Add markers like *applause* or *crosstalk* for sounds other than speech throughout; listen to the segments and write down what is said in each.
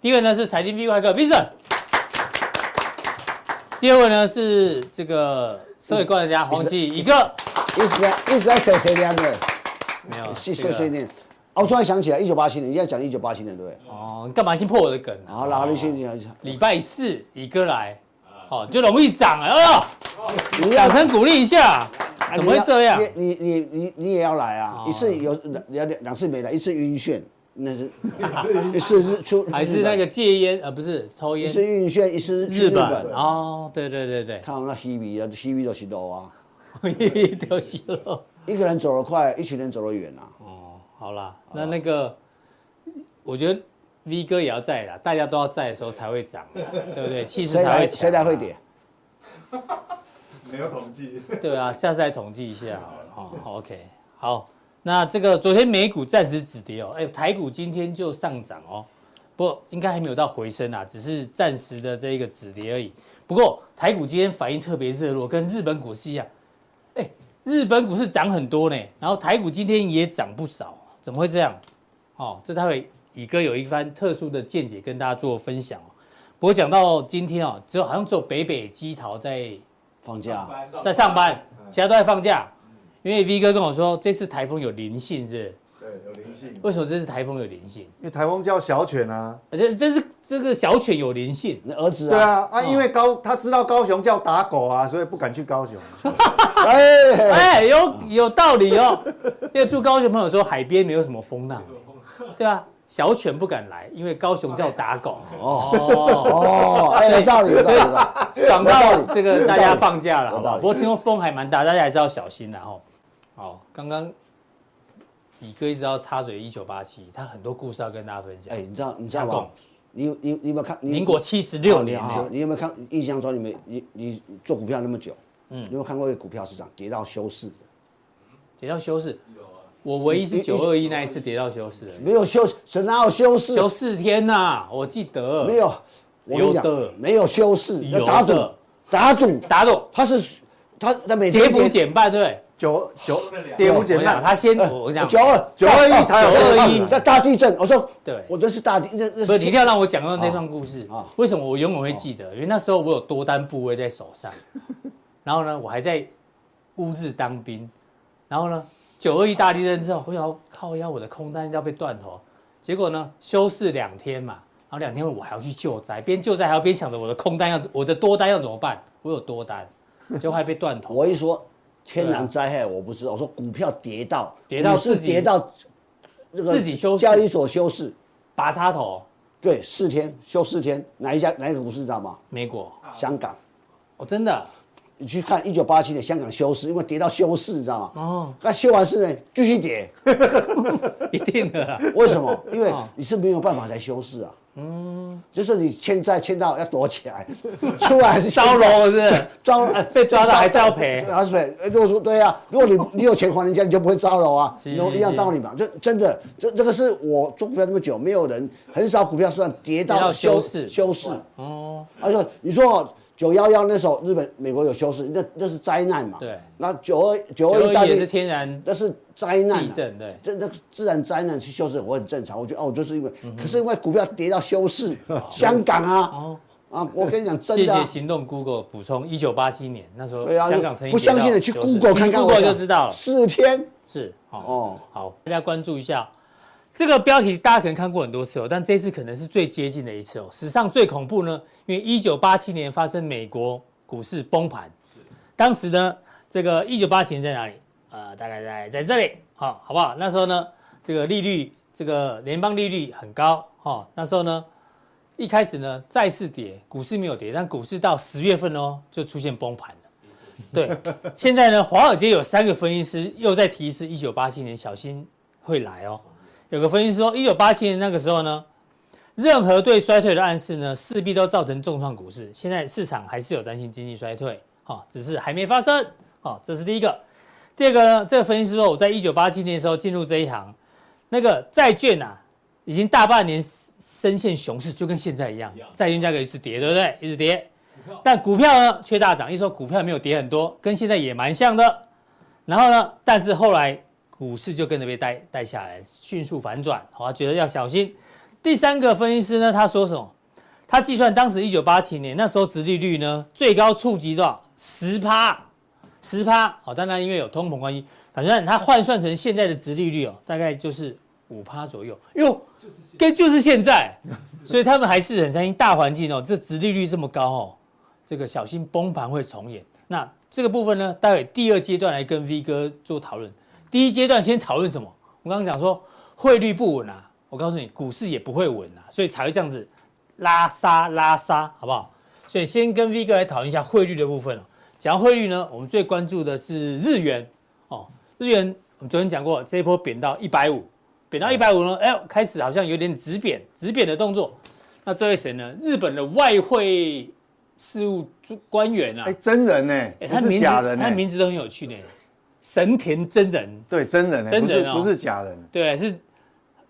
第一位呢是财经壁外客 Vincent，第二位呢是这个社会观察家黄奇一个。一直在一直在谁谁两个，没有，细这碎个碎念。哦，我突然想起来，一九八七年，你在讲一九八七年对不对？哦，你干嘛先破我的梗、啊？好啦，然后你先讲，礼拜四一个来，哦，就容易涨啊！哦，你掌声鼓励一下，啊怎么会这样？哦你你你你你也要来啊！一次有两两两次没来，一次晕眩，那是一次是出还是那个戒烟？呃，不是抽一烟，次晕眩，一次是去日日本本。哦，对对对对，看我们那 Hebe 啊，Hebe 都是多啊，*laughs* *laughs* 丢西了。一个人走得快，一群人走得远啊。哦，好啦，那那个，我觉得 V 哥也要在啦，大家都要在的时候才会涨嘛，对不对？气势谁才来会强。啊谁来会？点？ *laughs* 没有统计， *laughs* *laughs* 对啊，下次再统计一下好了。哦好，OK，好，那这个昨天美股暂时止跌哦，哎，台股今天就上涨哦，不过应该还没有到回升啊，只是暂时的这一个止跌而已。不过台股今天反应特别热络，跟日本股市一样，哎，日本股市涨很多呢，然后台股今天也涨不少，怎么会这样？哦，这待会乙哥有一番特殊的见解跟大家做分享哦。不过讲到今天哦，只有好像只有北北基桃在放假，在上班，嗯其他都在放假。因为 V 哥跟我说，这次台风有灵性，是对，有灵性不是，为什么这次台风有灵性？因为台风叫小犬啊，而且这是这个小犬有灵性，你儿子对啊，哦啊，啊，因为高他知道高雄叫打狗啊，所以不敢去 *laughs* 高雄。哎，哎，有有道理哦。 *laughs* 因为住高雄朋友说，海边没有什么风浪，对啊，小犬不敢来，因为高雄叫打狗。哦，哦，哎，有道理，有道理有道理。爽到这个大家放假了，好有道理不好？不过听说风还蛮大，大家还是要小心啦吼。好，刚刚乙哥一直要插嘴一九八七，他很多故事要跟大家分享哎，。你知道你知加道吗工？，你有你有你有没有看？你民国七十六你年好了，，你有没有看印象中你们你你做股票那么久，嗯，你有没有看过一个股票市场跌到休市的？跌到休市。我唯一是九二一那一次跌到休市而已，没有休，市，哪有休市？休四天呐、我记得没有，我跟你讲有的没有休市，有的要打赌，打赌，打赌，它是它它每跌天幅减半，对不对，九九跌幅减我跟你讲半，他先，我跟你讲，呃九二921才有921那大地震，我说对我这是大地震，这 *laughs* 不是你一定要要让我讲到那段故事啊为什么我永远会记得？因为那时候我有多单部位在手上， *laughs* 然后呢，我还在乌日当兵，然后呢，九二一大地震之后，我想要靠腰我的空单要被断头，结果呢，休市两天嘛，然后两天后我还要去救灾，边救灾还要边想着我的空单要我的多单要怎么办，我有多单，结果还被断头， *laughs* 我一说天然灾害我不知道，我说股票跌到啊跌到股市自己跌到那个自己休市交易所休市。拔插头，对，四天休四天，哪一家哪一个股市你知道吗？没果，香港，哦，真的 *laughs* 你去看一九八七年香港休市，因为跌到休市，你知道吗？哦，那休完市呢，继续跌，一定的啦，为什么？因为哦你是没有办法才休市啊。嗯，就是你欠债欠到要躲起来， *laughs* 出来还 *laughs* *laughs* 是烧楼是不是？招哎被抓到还是要赔对还是赔。哎如果说对啊，如果你你有钱还人家，你就不会招楼啊，是是有一样是道理嘛。这真的，这这个是我做股票那么久，没有人很少股票市场跌跌到到休休市休市。哦，而且你说九幺幺那时候日本美国有休市，那那是灾难嘛。对那九二 *laughs* 九九二一大二一也是地，天然那是灾难、啊。地震对这那个自然灾难去休市，我很正常。我觉得哦，我就是因为，嗯可是因为股票跌到 *laughs* 休市，香港啊哦。啊，我跟你讲真谢的啊、谢行动 Google 补充，一九八七年那时候对啊，香港曾经不相信的去跌到90 Google 看看，Google 就知道了。四天，是哦哦，好，大家关注一下这个标题，大家可能看过很多次哦，但这次可能是最接近的一次哦。史上最恐怖呢，因为一九八七年发生美国股市崩盘，当时呢，这个一九八七年在哪里？呃，大概在在这里，好、好不好？那时候呢，这个利率，这个联邦利率很高，哦，那时候呢，一开始呢，债市跌，股市没有跌，但股市到十月份哦，就出现崩盘了。对，现在呢，华尔街有三个分析师又在提示，一九八七年小心会来哦。有个分析师说，一九八七年那个时候呢，任何对衰退的暗示呢，势必都造成重创股市。现在市场还是有担心经济衰退，哈、只是还没发生，哦，这是第一个。第二个呢，这个分析师说，我在一九八七年的时候进入这一行，那个债券啊，已经大半年深陷熊市，就跟现在一样一样，债券价格一直跌，对不对？一直跌。但股票呢却大涨，一说股票没有跌很多，跟现在也蛮像的。然后呢，但是后来股市就跟着被带带下来，迅速反转，好、觉得要小心。第三个分析师呢，他说什么？他计算当时一九八七年那时候殖利率呢最高触及多少？十趴，十趴。哦，当然因为有通膨关系，反正他换算成现在的殖利率哦，大概就是五趴左右。哟，跟就是现在，所以他们还是很相信大环境哦，这殖利率这么高哦，这个小心崩盘会重演。那这个部分呢，待会第二阶段来跟 V 哥做讨论。第一阶段先讨论什么？我刚刚讲说汇率不稳啊，我告诉你，股市也不会稳啊，所以才会这样子拉杀拉杀，好不好？所以先跟 V 哥来讨论一下汇率的部分哦。讲到汇率呢，我们最关注的是日元哦，日元我们昨天讲过，这一波贬到一百五，贬到一百嗯五呢，哎，开始好像有点止贬止贬的动作。那这位谁呢？日本的外汇事务官员啊哎，，真人呢、哎，他不的是名字假人呢、他的名字都很有趣呢，神田真人，对，真人呢、真不是人哦不是假人，对，是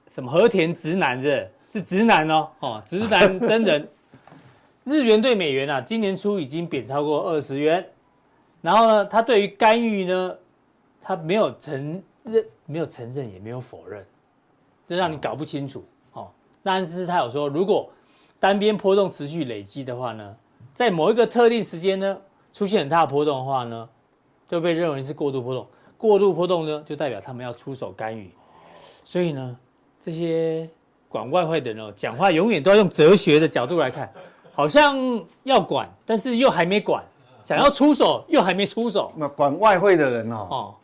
什么和田直男是不是是直男哦，哦，直男真人。 *laughs* 日元对美元啊，今年初已经贬超过二十元。然后呢，他对于干预呢，他没有承认，没有承认，也没有否认，这让你搞不清楚哦。但是他有说，如果单边波动持续累积的话呢，在某一个特定时间呢出现很大的波动的话呢，就被认为是过度波动。过度波动呢，就代表他们要出手干预。所以呢，这些管外汇的人哦，讲话永远都要用哲学的角度来看，好像要管，但是又还没管，想要出手又还没出手那管外汇的人哦，哦，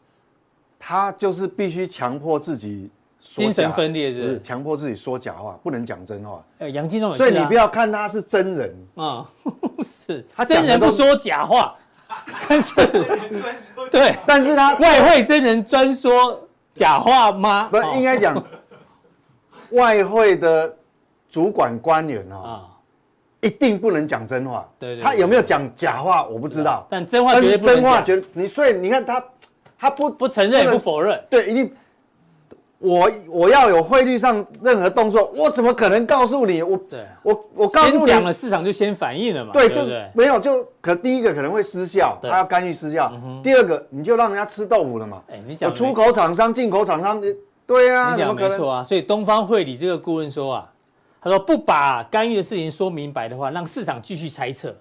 他就是必须强迫自己说假精神分裂不是不是是。强迫自己说假话，不能讲真话。呃，杨金龙也是、啊，所以你不要看他是真人，啊、 *laughs* 是他讲真的人不都说假话， *laughs* 但是专说对但是他外汇真人专说假话吗？不是哦应该讲外汇的主管官员哦，啊，一定不能讲真话。对对对他有没有讲假话我不知道，但真话但绝对是不能真话讲绝你所以你看他他不不承认也不不能否认，对，一定。我我要有汇率上任何动作，我怎么可能告诉你？我对，我我告诉先你，讲了，市场就先反应了嘛，对，不就是没有就可第一个可能会失效，对嗯他要干预失效。第二个你就让人家吃豆腐了嘛。哎你讲有得出没口厂商、进口厂商，你对啊，你怎讲么可没能？错啊，所以东方汇理这个顾问说啊，他说不把干预的事情说明白的话，让市场继续猜测，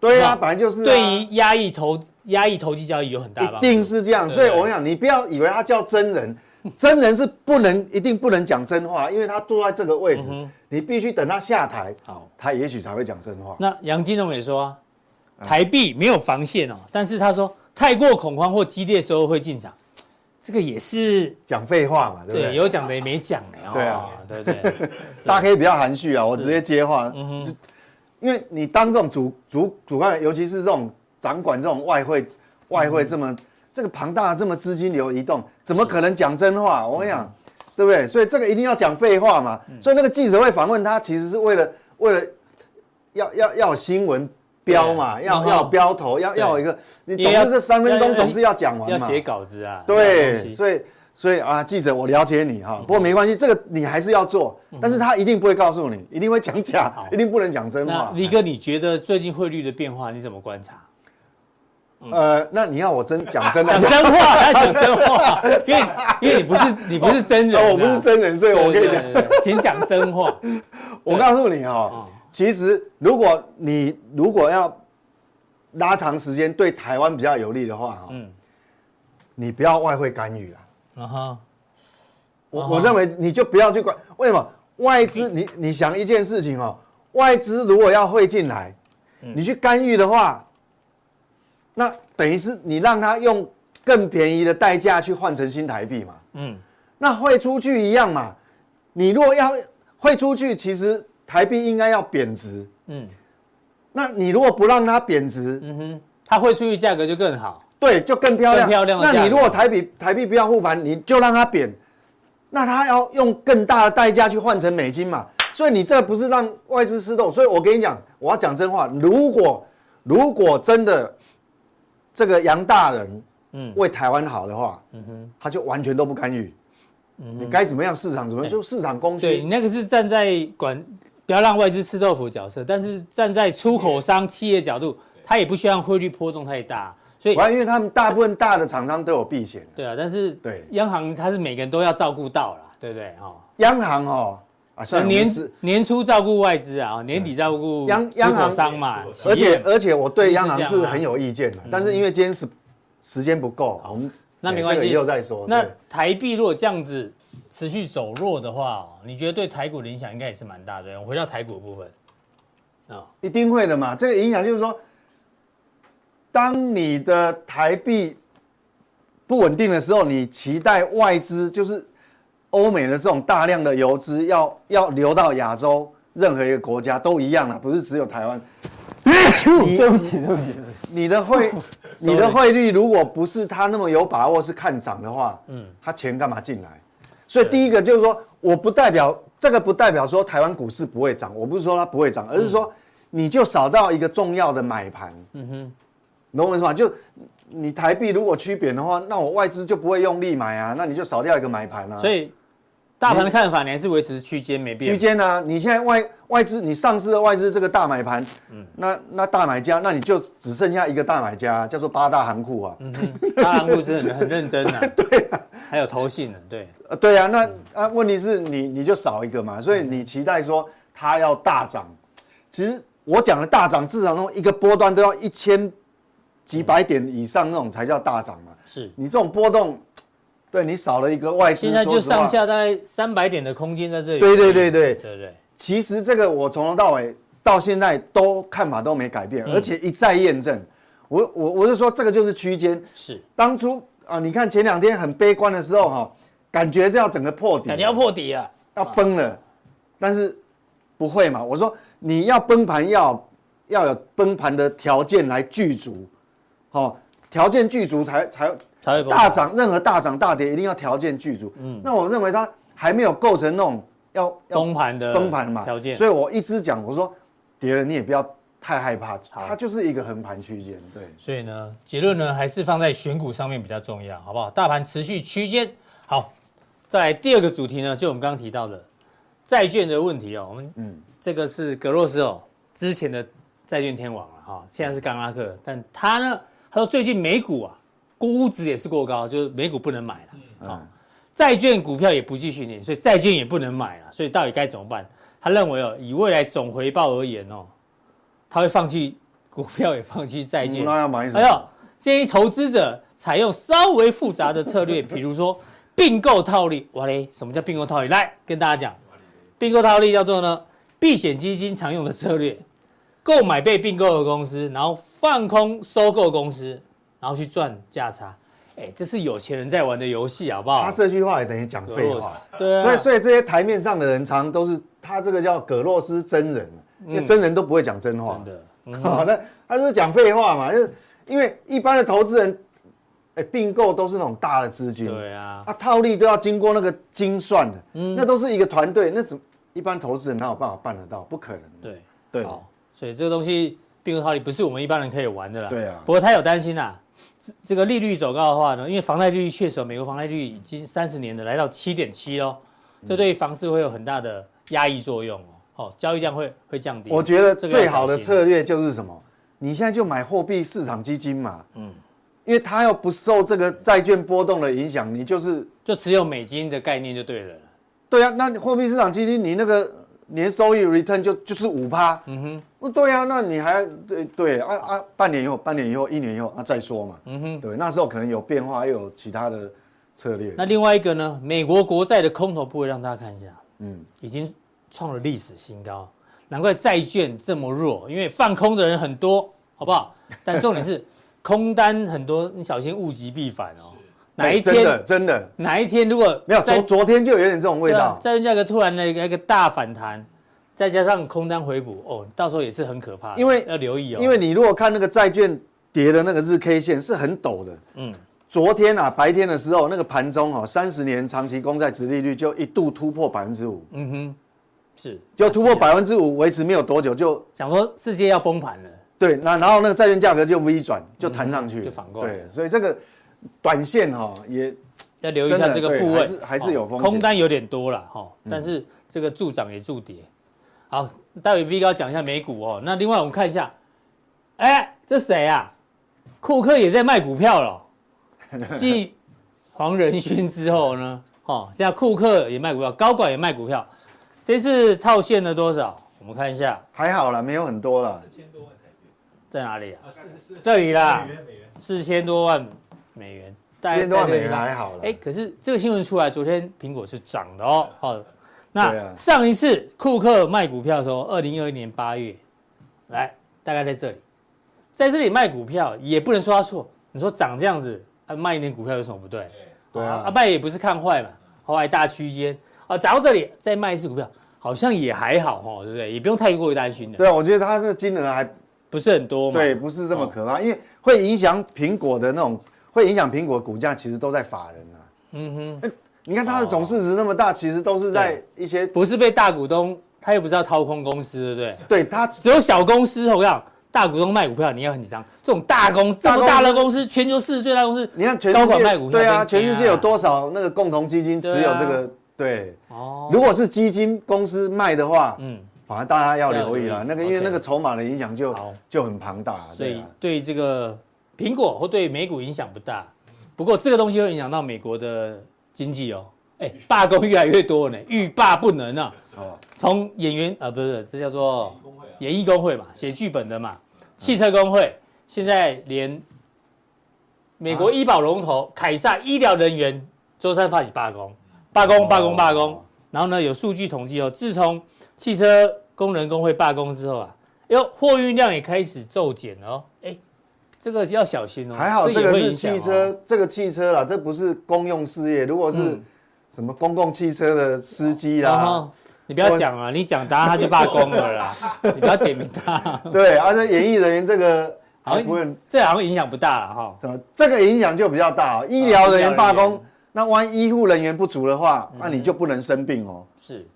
对好啊，本来就是啊对于压抑投压抑投机交易有很大一帮助。定是这样。对所以对我想你不要以为他叫真人，真人是不能一定不能讲真话，因为他坐在这个位置，你必须等他下台，嗯好，他也许才会讲真话。那杨金龙也说啊，台币没有防线哦，但是他说太过恐慌或激烈的时候会进场，这个也是讲废话嘛，对不对对？有讲的也没讲的哦，对啊，对不对？嗯大家可以比较含蓄啊，我直接接话，就因为你当这种主主主干，尤其是这种掌管这种外汇外汇这么、嗯这个庞大的这么资金流移动，怎么可能讲真话？我跟你讲，对不对？所以这个一定要讲废话嘛。嗯所以那个记者会访问他，其实是为了为了要要要有新闻标嘛，对要嗯要有标头，要对要有一个，你也总要是这三分要钟总是要讲 *laughs* 完要嘛。写稿子啊，这种对，东西嗯所以所以啊，记者，我了解你哈，不过没关系，这个你还是要做，但是他一定不会告诉你，一定会讲假，一定不能讲真那话。李哥，你觉得最近汇率的变化你怎么观察？呃，那你要我真讲真讲的， *laughs* 真话，他讲真话，因为因为你不是你不是真人啊、呃我不是真人，所以对，我跟你对嗯讲，对对请讲真话。我告诉你哈，其实如果你如果要拉长时间对台湾比较有利的话，哈，嗯你不要外汇干预了。然后我哦我认为你就不要去管，为什么外资？嗯你你想一件事情哦，外资如果要汇进来，嗯你去干预的话，那等于是你让他用更便宜的代价去换成新台币嘛。嗯，那汇出去一样嘛。你如果要汇出去，其实台币应该要贬值。嗯那你如果不让它贬值，嗯哼，它会出去价格就更好。对，就更漂亮。更漂亮的那价你格如果台币台币不要护盘，你就让它贬，那它要用更大的代价去换成美金嘛。所以你这不是让外资失动。所以我跟你讲，我要讲真话，如果如果真的这个杨大人，嗯，为台湾好的话，嗯哼，他就完全都不干预，你该怎么样市场怎么样，就市场供嗯对需你。那个是站在管不要让外资吃豆腐角色，但是站在出口商企业角度，他也不希望汇率波动太大，所以完，因为他们大部分大的厂商都有避险，对啊，但是对央行它是每个人都要照顾到啦，对不对？哦，央行哦，啊，算了，年我们是年初照顾外资啊，年底照顾央出央行口商嘛，企业而且而且我对央行是这是样啊很有意见的，但是因为今天是时间不够，我们那对没关这系个以后再说。那哦对台币如果这样子持续走弱的话哦，你觉得对台股的影响应该也是蛮大的。我回到台股的部分，一定会的嘛，这个影响就是说，当你的台币不稳定的时候，你期待外资就是欧美的这种大量的游资要要流到亚洲任何一个国家都一样了，不是只有台湾。*laughs* 你对不起，对不起，你 *laughs* 的汇你的汇率如果不是他那么有把握是看涨的话，嗯，他钱干嘛进来？所以第一个就是说，我不代表这个不代表说台湾股市不会涨，我不是说它不会涨，而是嗯说你就少到一个重要的买盘，嗯哼，你懂我意思吗？就你台币如果区贬的话，那我外资就不会用力买啊，那你就少掉一个买盘啊，所以大盘的看法你还是维持区间没变。区间啊，你现在外外资，你上市的外资这个大买盘，嗯那那大买家，那你就只剩下一个大买家、叫做八大行库啊，嗯大航部真的很认真 *laughs* 啊，对还有投信呢，对，呃，对啊，嗯那啊，问题是你你就少一个嘛，所以你期待说它要大涨，其实我讲的大涨，至少那种一个波段都要一千几百点以上那种才叫大涨嘛。是。你这种波动，对你少了一个外资，现在说就实话上下大概三百点的空间在这里。对对对对对对，其实这个我从头到尾到现在都看法都没改变，嗯而且一再验证。我我我是说，这个就是区间。是当初啊，你看前两天很悲观的时候哈、感觉这要整个破底了，感觉要破底啊。要崩了，但是不会嘛？我说你要崩盘要要有崩盘的条件来具足，好、条件具足才才才会崩大涨，任何大涨大跌一定要条件具足。嗯，那我认为它还没有构成那种要要崩盘的崩盘嘛条件，所以我一直讲，我说跌了你也不要太害怕，好它就是一个横盘区间。对，所以呢，结论呢还是放在选股上面比较重要，好不好？大盘持续区间好。再来第二个主题呢，就我们刚刚提到的债券的问题哦。我们嗯嗯，这个是格洛斯哦之前的债券天王了啊哈、现在是冈拉克，但他呢，他说最近美股啊估值也是过高，就是美股不能买了。嗯债券股票也不继续领，所以债券也不能买了，所以到底该怎么办？他认为哦，以未来总回报而言哦，他会放弃股票，也放弃债嗯券。那要买什还么？有哎建议投资者采用稍微复杂的策略，比如说并购套利。哇嘞，什么叫并购套利？来跟大家讲，并购套利叫做呢避险基金常用的策略，购买被并购的公司，然后放空收购公司，然后去赚价差。哎，这是有钱人在玩的游戏，好不好？他这句话也等于讲格废洛话。斯对啊，所以，所以这些台面上的人，常常都是他这个叫葛洛斯真人，因为真人都不会讲真话嗯真， *laughs* 的，嗯好，那他就是讲废话嘛，就是因为一般的投资人，哎，并购都是那种大的资金，对啊，嗯啊，套利都要经过那个精算的，那都是一个团队，那怎一般投资人哪有办法办得到？不可能，对对，好，哦所以这个东西并购套利不是我们一般人可以玩的啦。对啊不过他有担心啊，这这个利率走高的话呢，因为房贷利率确实哦，美国房贷利率已经三十年的来到七点七喽，嗯这对于房市会有很大的压抑作用哦。哦，交易量会会降低。我觉得啊这个要最好的小心策略就是什么？你现在就买货币市场基金嘛，嗯，因为它又不受这个债券波动的影响，你就是就持有美金的概念就对了啦。对啊，那你货币市场基金你那个年收益 return 就就是五趴，嗯哼，对啊，那你还对对啊啊，半年以后、半年以后、一年以后啊再说嘛，嗯哼，对，那时候可能有变化，又有其他的策略，那另外一个呢，美国国债的空头部位让大家看一下，嗯，已经创了历史新高，难怪债券这么弱，因为放空的人很多，好不 *laughs* 好？但重点是空单很多，你小心物极必反哦。哪一真的天真的哪一天如果没有在昨昨天就有点这种味对啊道，债券价格突然的一个一个大反弹，再加上空单回补，哦，到时候也是很可怕的，因为要留意哦。因为你如果看那个债券跌的那个日 K 线是很陡的，嗯，昨天啊白天的时候，那个盘中哦，三十年长期公债殖利率就一度突破百分之五，嗯哼，是啊就突破百分之五，维持没有多久就想说世界要崩盘了，对，那然后那个债券价格就 V 转，就弹上去嗯了，就反过来对，所以这个短线哈也要留意一下这个部位哦真的对还是还是有风险嗯空单有点多了哈，但是这个助涨也助跌。好，待会 V 哥讲一下美股哦。那另外我们看一下，哎，这谁啊？库克也在卖股票 *laughs* 了哦、继黄仁勋之后呢，哦，现在库克也卖股票，高管也卖股票，这次套现了多少？我们看一下还好啦，没有很多啦。四千多万台币在哪里啊？啊，四四这里啦美元美元，四千多万美元，四千多万美元还还好了，哎，可是这个新闻出来，昨天苹果是涨的哦。好、对那啊上一次库克卖股票的时候，二零二一年八月，来，大概在这里，在这里卖股票也不能说他错。你说涨这样子，啊、卖一点股票有什么不对？对啊，啊，卖也不是看坏嘛，后来大区间啊，涨到这里再卖一次股票，好像也还好哦，对不对？也不用太过于担心的，对啊，我觉得它这个金额还不是很多嘛。哦对，不是这么可怕，因为会影响苹果的那种，会影响苹果股价，其实都在法人啊。嗯哼，哦你看它的总市值那么大，其实都是在一些不是被大股东，他又不是要掏空公司，对不对？对它只有小公司，我跟你讲，大股东卖股票你要很紧张。这种大公司这大公司么啊大的公司，全球四十最大公司，你看全高世管界卖股票对啊，真全的世界有多少那个共同基金持对有啊这个？对，哦，如果是基金公司卖的话，嗯，反而大家要留意要留了意。那个因为 OK 那个筹码的影响就好就很庞大，所对以啊，对这个苹果或对美股影响不大，不过这个东西会影响到美国的经济哦。哎，罢工越来越多呢，欲罢不能啊。哦，从演员呃不是，这叫做工会啊，演艺工会嘛，写剧本的嘛，汽车工会，现在连美国医保龙头凯撒医疗人员周三发起罢工，罢哦工，罢工，罢工。然后呢，有数据统计哦，自从汽车工人工会罢工之后啊，哟，货运量也开始骤减了哦。哎，这个要小心哦。还好这也个会是影响哦汽车，这个汽车啦，这不是公用事业。如果是嗯什么公共汽车的司机然啦，后啊你不要讲啊，你讲答案他就罢工了 *laughs* 啦，你不要点名他， *laughs* 对，而且演艺人员这个好还哎不会这好像影响不大了哈。怎么，这个影响就比较大哦。医疗人员罢啊医疗人工员，嗯那万一医护人员不足的话，那你就不能生病哦。是，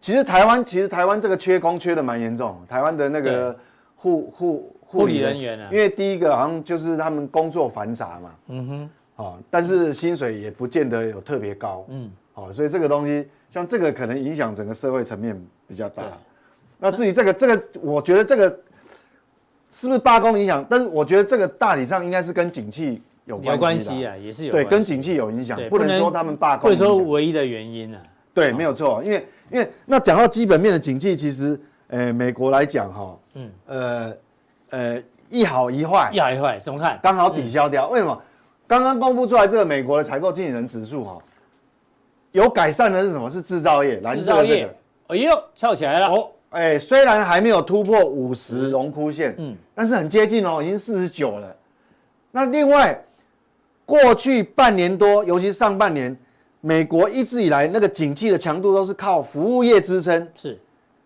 其实台湾其实台湾这个缺工缺的蛮严重，台湾的那个护护护理人员啊因为第一个好像就是他们工作繁杂嘛，嗯哼。哦，但是薪水也不见得有特别高，嗯嗯，哦，所以这个东西像这个可能影响整个社会层面比较大对。啊那至于这个这个，我觉得这个是不是罢工影响？但是我觉得这个大体上应该是跟景气有关系有啦关系啊，也是有对，关跟系景气有影响对，不不能能说他们罢工或者影响，说唯一的原因啊，对，没有错，因为因为那讲到基本面的景气，其实，呃，美国来讲哈，嗯嗯，呃，呃，一好一坏一，好一嗯坏怎么看？刚好抵消掉。为什么？刚刚公布出来这个美国的采购经理人指数哈，有改善的是什么？是制造业，蓝制色造的这业个。，哎呦，翘起来了，哦，哎，虽然还没有突破五十荣枯线，嗯嗯，但是很接近哦，已经四十九了。那另外，过去半年多，尤其是上半年，美国一直以来那个景气的强度都是靠服务业支撑。是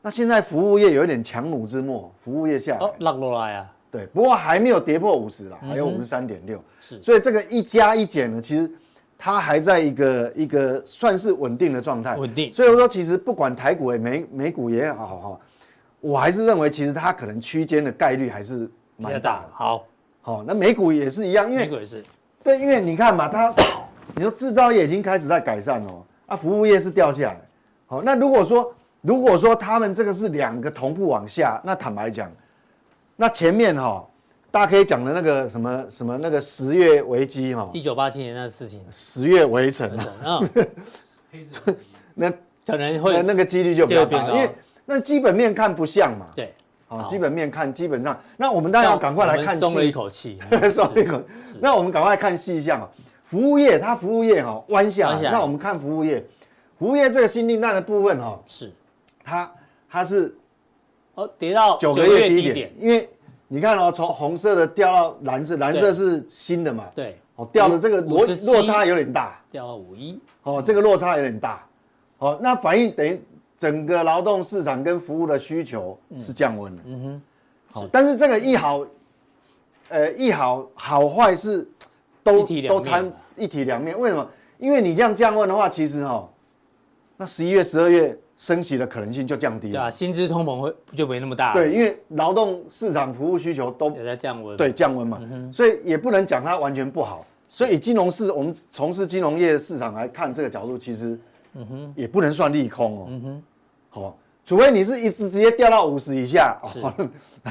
那现在服务业有一点强弩之末，服务业下来，哦，落落来啊，对，不过还没有跌破五十啦，还有嗯五哼十三点六，是所以这个一加一减呢，其实它还在一个一个算是稳定的状态，稳定所以我说，其实不管台股也美美股也好哈，我还是认为其实它可能区间的概率还是比较蛮大大的。，好，好、那美股也是一样，因美为国也是，对，因为你看嘛，它你说制造业已经开始在改善哦，啊，服务业是掉下来。好、那如果说如果说他们这个是两个同步往下，那坦白讲，那前面哈、大 K 讲的那个什么什么那个十月危机哈、一九八七年那事 *laughs* 情，十月围城，啊嗯，黑色的那可能那会那个几率就比较就变大，高因为那基本面看不像嘛。对，好，好基本面看基本上，那我们当然要赶快来我看们松了一细，口气， *laughs* 松了一口。那我们赶快看细项啊，服务业它服务业哈弯下弯来，下来那我们看服务业，服务业这个新订单的部分哈，是它它是哦，跌到九个月低点，，因为你看哦，从红色的掉到蓝色，蓝色对是新的嘛，对，哦，掉的这个落57落差有点大。掉到五一，哦，这个落差有点大，哦，那反映等于整个劳动市场跟服务的需求是降温了，嗯哼，好、但是这个一好，呃，一好好坏是都一体两面都掺嘛一体两面，为什么？因为你这样降温的话，其实哈、哦，那十一月、十二月、升息的可能性就降低对啊吧、了。薪资通膨会就没那么大，对，，因为劳动市场服务需求都也在降温，对，嗯降温嘛，所以也不能讲它完全不好。所以以金融市，我们从事金融业市场来看这个角度，其实也不能算利空哦。好吧，除非你是一直直接掉到五十以下。 *laughs* 是哦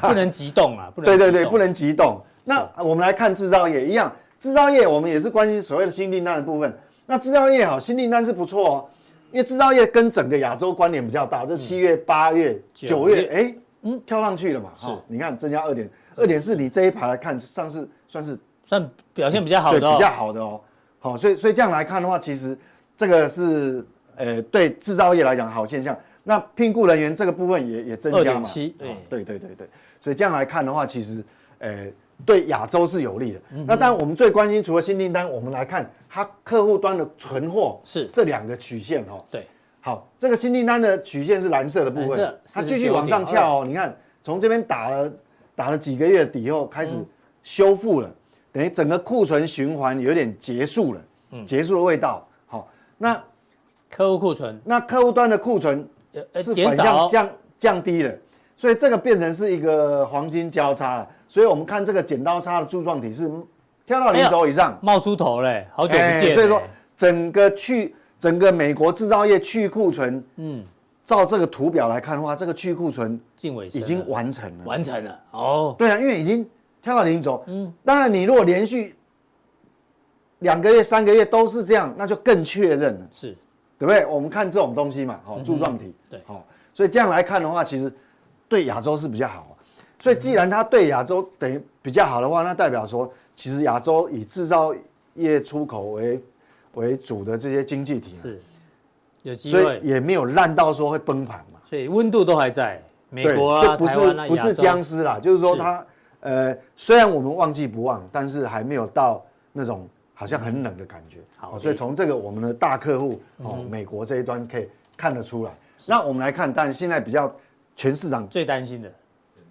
不能急动啊，不能对对急对，动不能急动。那我们来看制造业一样，制造业我们也是关心所谓的新订单的部分。那制造业好，新订单是不错哦，因为制造业跟整个亚洲关联比较大，这七月、八月、九九月月，哎，嗯，跳上去了嘛。是哈，你看增加二点二点四，你这一排来看，上次算是算表现比较好对的、哦，比较好的哦。好，所以所以这样来看的话，其实这个是呃对制造业来讲好现象。那聘雇人员这个部分也也增加嘛， 2.7对哦对对对对，所以这样来看的话，其实呃对亚洲是有利的。嗯那当然我们最关心除了新订单，我们来看它客户端的存货是这两个曲线哦。对，好，这个新订单的曲线是蓝色的部蓝分色，它继续往上翘哦。你看，从这边打了打了几个月底后开始修复了，等于整个库存循环有点结束了，嗯结束的味道。好，那客户库存那客户端的库存呃呃是减反少向哦，降降低了，所以这个变成是一个黄金交叉了。所以我们看这个剪刀差的柱状体是哎跳到零轴以上，冒出头嘞，好久不见哎嘞、所以说整个去整个美国制造业去库存，嗯，照这个图表来看的话，这个去库存近尾声已了经完成了。啊完嗯成了哦，对啊，因为已经跳到零轴。当然你如果连续两个月、三个月都是这样，那就更确认了，是对不对？我们看这种东西嘛，好、柱状体，嗯对好、所以这样来看的话，其实对亚洲是比较好、啊。所以既然它对亚洲等于比较好的话，那代表说，其实亚洲以制造业出口为为主的这些经济体、啊，是有机所以会，也没有烂到说会崩盘嘛。所以温度都还在，美对，国啊、就不台湾啊、是不是亚洲僵尸啦，就是说是它呃，虽然我们忘记不忘，但是还没有到那种好像很冷的感觉。好嗯哦所以从这个我们的大客户哦，美国这一端可以看得出来。那我们来看，但现在比较全市场最担心的，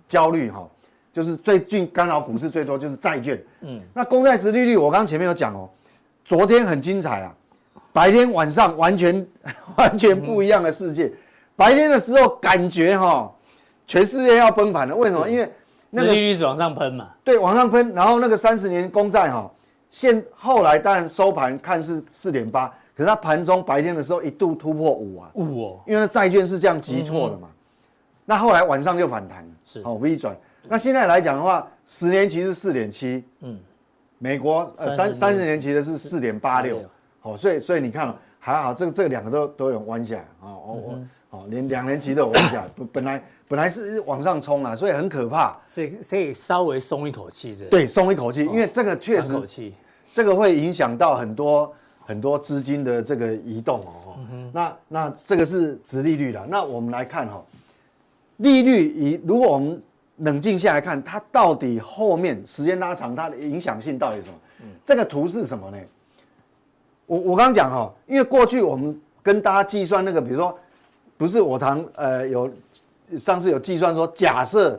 焦虑哈、就是最近干扰股市最多就是债券。嗯嗯，那公债值利率，我刚刚前面有讲哦，昨天很精彩啊，白天晚上完全 *laughs* 完全不一样的世界。白天的时候感觉哈、全世界要崩盘了，为什么？因为那那个利率一直往上喷嘛，对往上喷，然后那个三十年公债哈、现后来当然收盘看是四点八，可是它盘中白天的时候一度突破五啊，雾哦，因为那债券是这样急错的嘛。那后来晚上就反弹，是哦 V 转。那现在来讲的话，十年期是四点七，嗯嗯，美国呃三30三年十年期的是四点八86六，哦，所以所以你看哦，还好这个这个两个都都有弯下来啊，哦我哦连两年期都有弯 *coughs* 下来，本本来本来是往上冲啊，所以很可怕，所以所以稍微松一口气是不是，对，哦松一口气，因为这个确松实口气，这个会影响到很多很多资金的这个移动哦。那那这个是殖利率啦。那我们来看哈、哦，利率以如果我们冷静下来看，它到底后面时间拉长，它的影响性到底是什么？这个图是什么呢？我我刚刚讲哈，因为过去我们跟大家计算那个，比如说，不是我常呃有上次有计算说，假设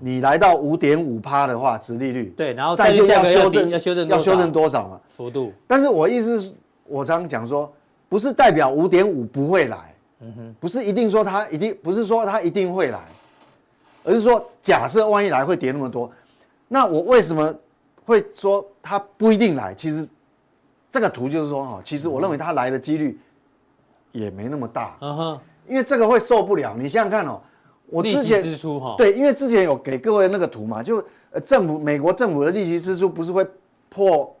你来到五点五趴的话，殖利率嗯对然后债券债券价要格要修定正要修正多要修少正多少嘛？幅度但是我意思是，我常常讲说，不是代表五点五不会来，不是一定说它一定不是说它一定会来，而是说假设万一来会跌那么多，那我为什么会说它不一定来？其实这个图就是说哈，其实我认为它来的几率也没那么大，嗯哼，因为这个会受不了。你想想看哦，我利之息前支出哈，对，因为之前有给各位那个图嘛，就呃政府美国政府的利息支出不是会破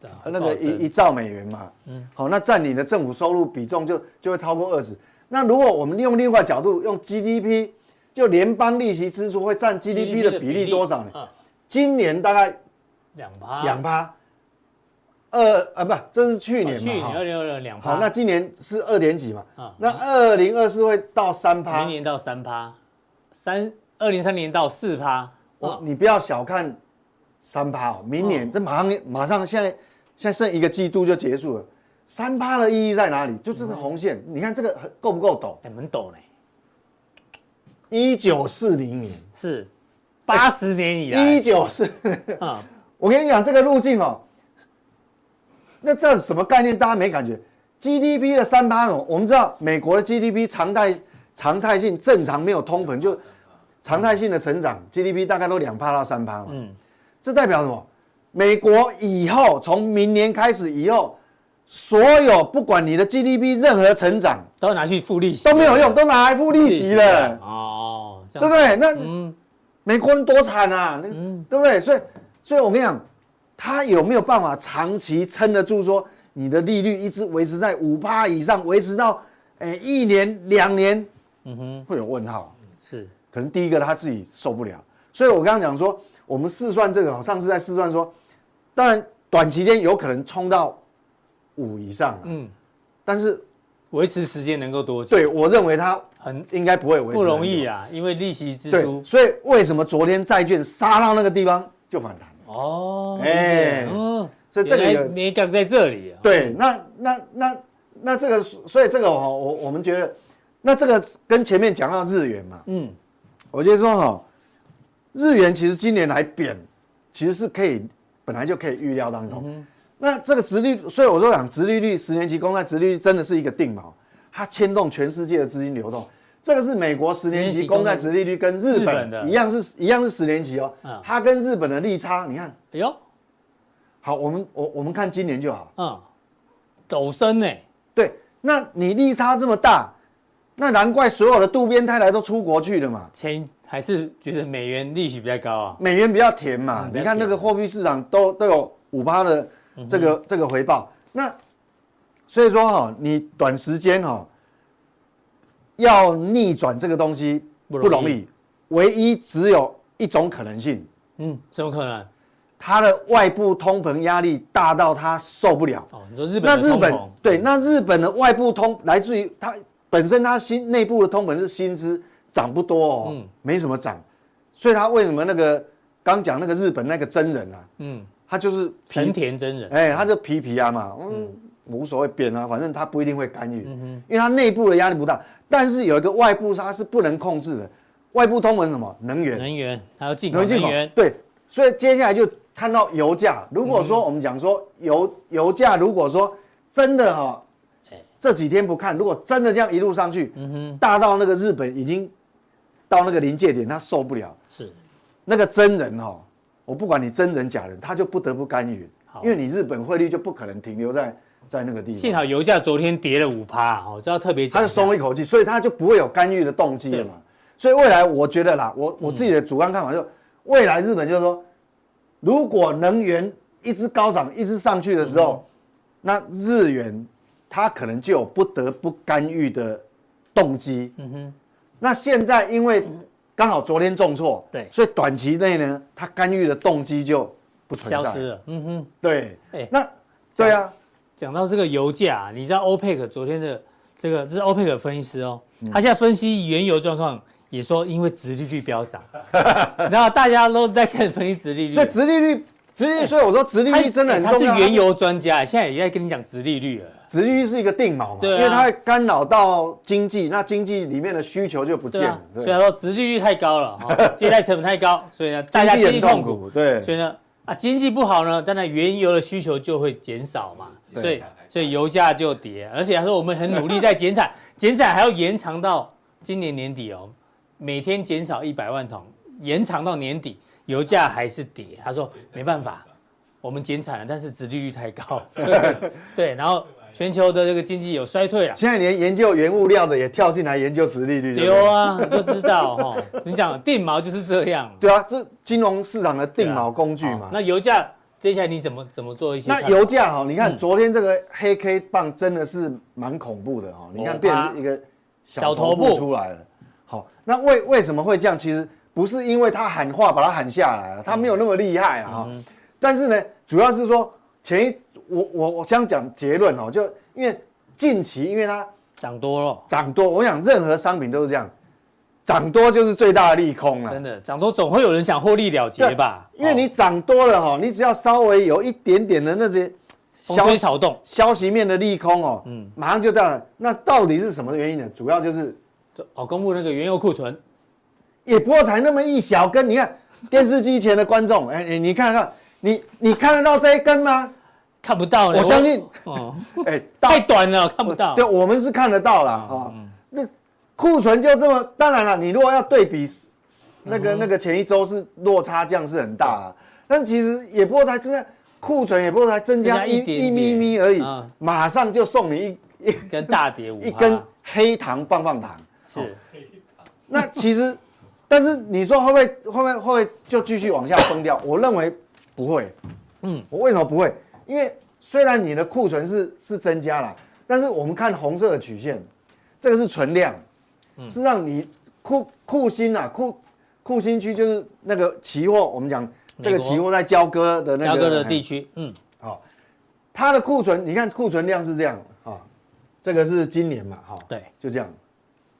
对啊，那暴个增一一兆美元嘛，嗯，好，那占你的政府收入比重就就会超过二十。那如果我们用另外角度，用 GDP，就联邦利息支出会占 GDP 的比例啊多少呢？嗯今年大概两趴，两趴，二啊不，这是去去年哦去年嘛，二哈零二零两趴，好，那今年是二点几嘛啊，那二零二四会到三趴明，年到三趴，三二零三年到四趴，我哦，你不要小看三趴哦，明年这马上马上现在现在剩一个季度就结束了，三趴的意义在哪里？就这个红线，你看这个很够不够陡？哎，很陡嘞，一九四零年，是八十年以一来，九四，啊嗯，我跟你讲这个路径哦，那这什么概念？大家没感觉？ GDP 的三趴，哦我们知道美国的 GDP 常态常态性正常没有通膨，就常态性的成长，GDP 大概都两趴到三趴嘛。嗯这代表什么？美国以后从明年开始以后，所有不管你的 GDP 任何成长都要拿去付利息都没有用，都拿来付利息了，哦，这对不样对？那嗯美国人多惨啊，那对不对？所以，所以我跟你讲，他有没有办法长期撑得住说你的利率一直维持在五趴以上，维持到诶、一年两年，嗯哼会有问号。是可能第一个他自己受不了，所以我刚刚讲说，我们试算这个哦，上次在试算说，当然短期间有可能冲到五以上啊、嗯，但是维持时间能够多久？对我认为它很应该不会维持不容易啊。啊，因为利息支对，出所以为什么昨天债券杀到那个地方就反弹？哦，哎理解嗯，所以这里有原来没杠在这里啊，对，那那那那这个，所以这个哦，我我们觉得，那这个跟前面讲到日元嘛，嗯，我觉得说哈、日元其实今年还贬，其实是可以本来就可以预料当中。那这个殖利率，所以我说讲殖利率，十年期公债殖利率真的是一个定锚，它牵动全世界的资金流动。这个是美国十年期公债殖利率跟日日本本的一样是一样是十年期哦嗯，它跟日本的利差，你看，哎呦，好，我们我我们看今年就好。嗯，陡升呢，对，那你利差这么大，那难怪所有的渡边太太都出国去了嘛。前还是觉得美元利息比较高啊，美元比较甜嘛嗯，比较嗯你看那个货币市场都都有五八的这个、这个回报，那所以说哈、你短时间哈、要逆转这个东西不不容易容易，唯一只有一种可能性，嗯，怎么可能？它的外部通膨压力大到它受不了。哦，你说日本那的日通本膨对，那日本的外部通来自于它本身它薪内部的通膨是薪资涨不多哦，嗯没什么涨，所以它为什么那个刚讲那个日本那个真人啊，嗯，他就是成皮，田真人，哎、他就皮皮啊嘛，嗯，无所谓扁啊，反正他不一定会干预，嗯因为他内部的压力不大，但是有一个外部它是不能控制的，外部通膨是什么能源，能源还有进口进能口源，对，所以接下来就看到油价。如果说我们讲说油油价，如果说真的哈、哎这几天不看，如果真的这样一路上去，嗯大到那个日本已经到那个临界点，他受不了。是那个真人哈、我不管你真人假人，他就不得不干预，因为你日本汇率就不可能停留在在那个地幸方，好油价昨天跌了五趴哦，这要特别讲他一就下，松一口气，所以他就不会有干预的动机了嘛。所以未来我觉得啦，我嗯我自己的主观看法就，未来日本就是说，如果能源一直高涨、一直上去的嗯时候，那日元它可能就有不得不干预的动机。嗯哼，那现在因为刚好昨天重挫，对所以短期内呢，它干预的动机就不存在，消失了，嗯哼。对，哎那对啊，讲到这个油价、你知道 OPEC 昨天的这个这是 OPEC 分析师哦，嗯他现在分析原油状况，也说因为殖利率飙涨， *laughs* 然后大家都在看分析殖利率，所以殖利率，殖利率，所以我说殖利他率真的很哎他是重要。啊原油专家，现在也在跟你讲殖利率了，殖利率是一个定锚嘛，对啊因为它会干扰到经济，那经济里面的需求就不见对啊了，，所以他说殖利率太高 *laughs* 了，哦、借贷成本太高，所以呢大家经济经很济痛痛苦，苦，对，所以呢啊经济不好呢，当然原油的需求就会减少嘛，对所以所以油价就跌，而且他说我们很努力在减 *laughs* 产，减产还要延长到今年年底哦，每天减少一百万桶，延长到年底，油价还是跌。他说没办法，我们减产了，但是殖利率太 *laughs* 高，对对，然后全球的这个经济有衰退了。现在连研究原物料的也跳进来研究殖利率，对不对丢啊，你就知道哈、 *laughs* 哦，你讲定锚就是这样，对啊，这金融市场的定对啊锚工具哦嘛。那油价接下来你怎么怎么做一些看嗯法？那油价哈，你看昨天这个黑 K 棒真的是蛮恐怖的哦，你看变成一个小小头头部部出来了。好，那为为什么会这样？其实不是因为他喊话把他喊下来嗯了，他没有那么厉害啊。哈但是呢，主要是说前一我我我想讲结论哦，就因为近期因为它涨多了。涨多，我想任何商品都是这样，涨多就是最大的利空了真。的，涨多总会有人想获利了结吧？啊因为你哦涨多了哈，你只要稍微有一点点的那些风吹草动，消息面的利空哦，嗯，马上就到了。那到底是什么原因呢？主要就是就哦，公布那个原油库存，也不过才那么一 *laughs* *laughs* 小根，你看电视机前的观众，哎、哎你看看，你你看得到这一根吗？看不到呢。我相信，哦，哎，*laughs* 大太短了，嗯看不到对，。我们是看得到啦啊。那库存就这么，当然了，你如果要对比那嗯个那个前一周是落差这样是很大啦，但是其实也不过才真的库存也不过才增增加加一一点一咪点咪而已嗯，马上就送你一一跟大跌五一趴根哦黑糖棒棒糖。是那其实，但是你说会不会会不会会不会就继续往下 *coughs* 崩掉？我认为不会。嗯嗯，我为什么不会？因为虽然你的库存是是增加了，但是我们看红色的曲线，这个是存量，嗯是让你库库欣啊库库欣区就是那个期货，我们讲这美个国期货在交割的那个交割的哎地区，嗯，它的库存，你看库存量是这样啊、这个是今年嘛，哈、对，就这样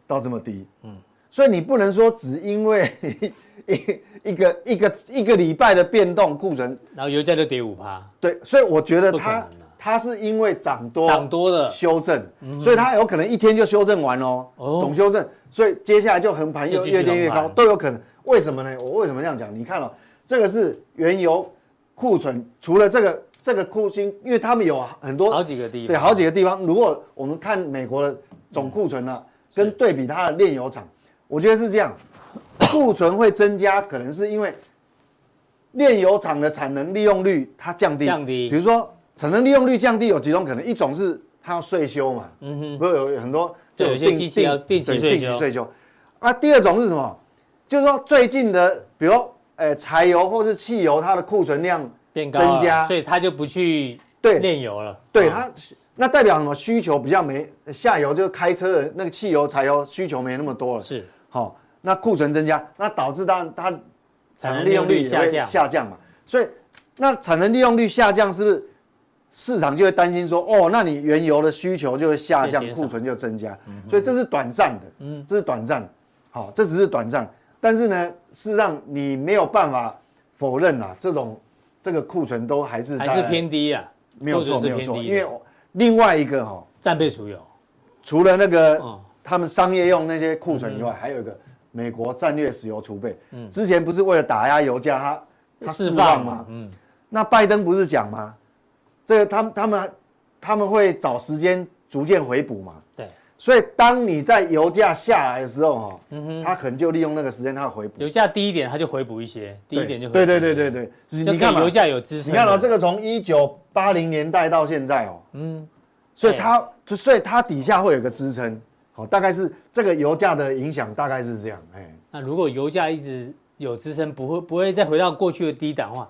到这么低，嗯，所以你不能说只因为 *laughs* 一一个一个一个礼拜的变动库存，然后油价就跌五趴，对，所以我觉得不可能它啊它是因为涨多涨多了，修正，所以它有可能一天就修正完哦，嗯哦总修正，所以接下来就横盘又又继续越跌越横高盘都有可能。为什么呢？我为什么这样讲？你看哦，这个是原油库存，除了这个这个库欣，因为他们有很多好几个地方，对好几个地方。如果我们看美国的总库存呢、啊嗯跟对比它的炼油厂，我觉得是这样，库存会增加，可能是因为炼油厂的产能利用率它降低，降低比如说产能利用率降低有几种可能，一种是它要税修嘛，嗯哼，不是有有很多对这有些种定机器要定期对税定修期税修。啊，第二种是什么？就是说最近的，比如呃柴油或是汽油，它的库存量变高了增加所以他就不去对炼油了，对哦它，那代表什么？需求比较没下游，就是开车的那个汽油、柴油需求没那么多了。是好、那库存增加，那导致它它产产能能利利用用率率下下降降下降嘛。所以那产能利用率下降，是不是市场就会担心说，哦，那你原油的需求就会下降就减，少嗯库存就增加，所以这是短暂的，嗯，这是短暂的，好、这只是短暂，但是呢，事实上你没有办法否认啊，这种这个库存都还是在还是偏低啊，没有或者错是没有偏错，低的因为我另外一个哈、哦，战备储油，除了那个、嗯他们商业用那些库存以外，还有一个美国战略石油储备。之前不是为了打压油价，它它释放嘛。嗯，那拜登不是讲吗？这个他们他们他们会找时间逐渐回补嘛。对，所以当你在油价下来的时候，哈、嗯哦，他可能就利用那个时间，他回补。油价低一点，它就回补一些，低一点就回补对一对些对对，对，就是就你看给嘛油价有支撑你的。看到、这个从一九八零年代到现在哦，嗯，所以它就所以它底下会有个支撑，好、大概是这个油价的影响大概是这样，哎，那如果油价一直有支撑，不会不会再回到过去的低档的话，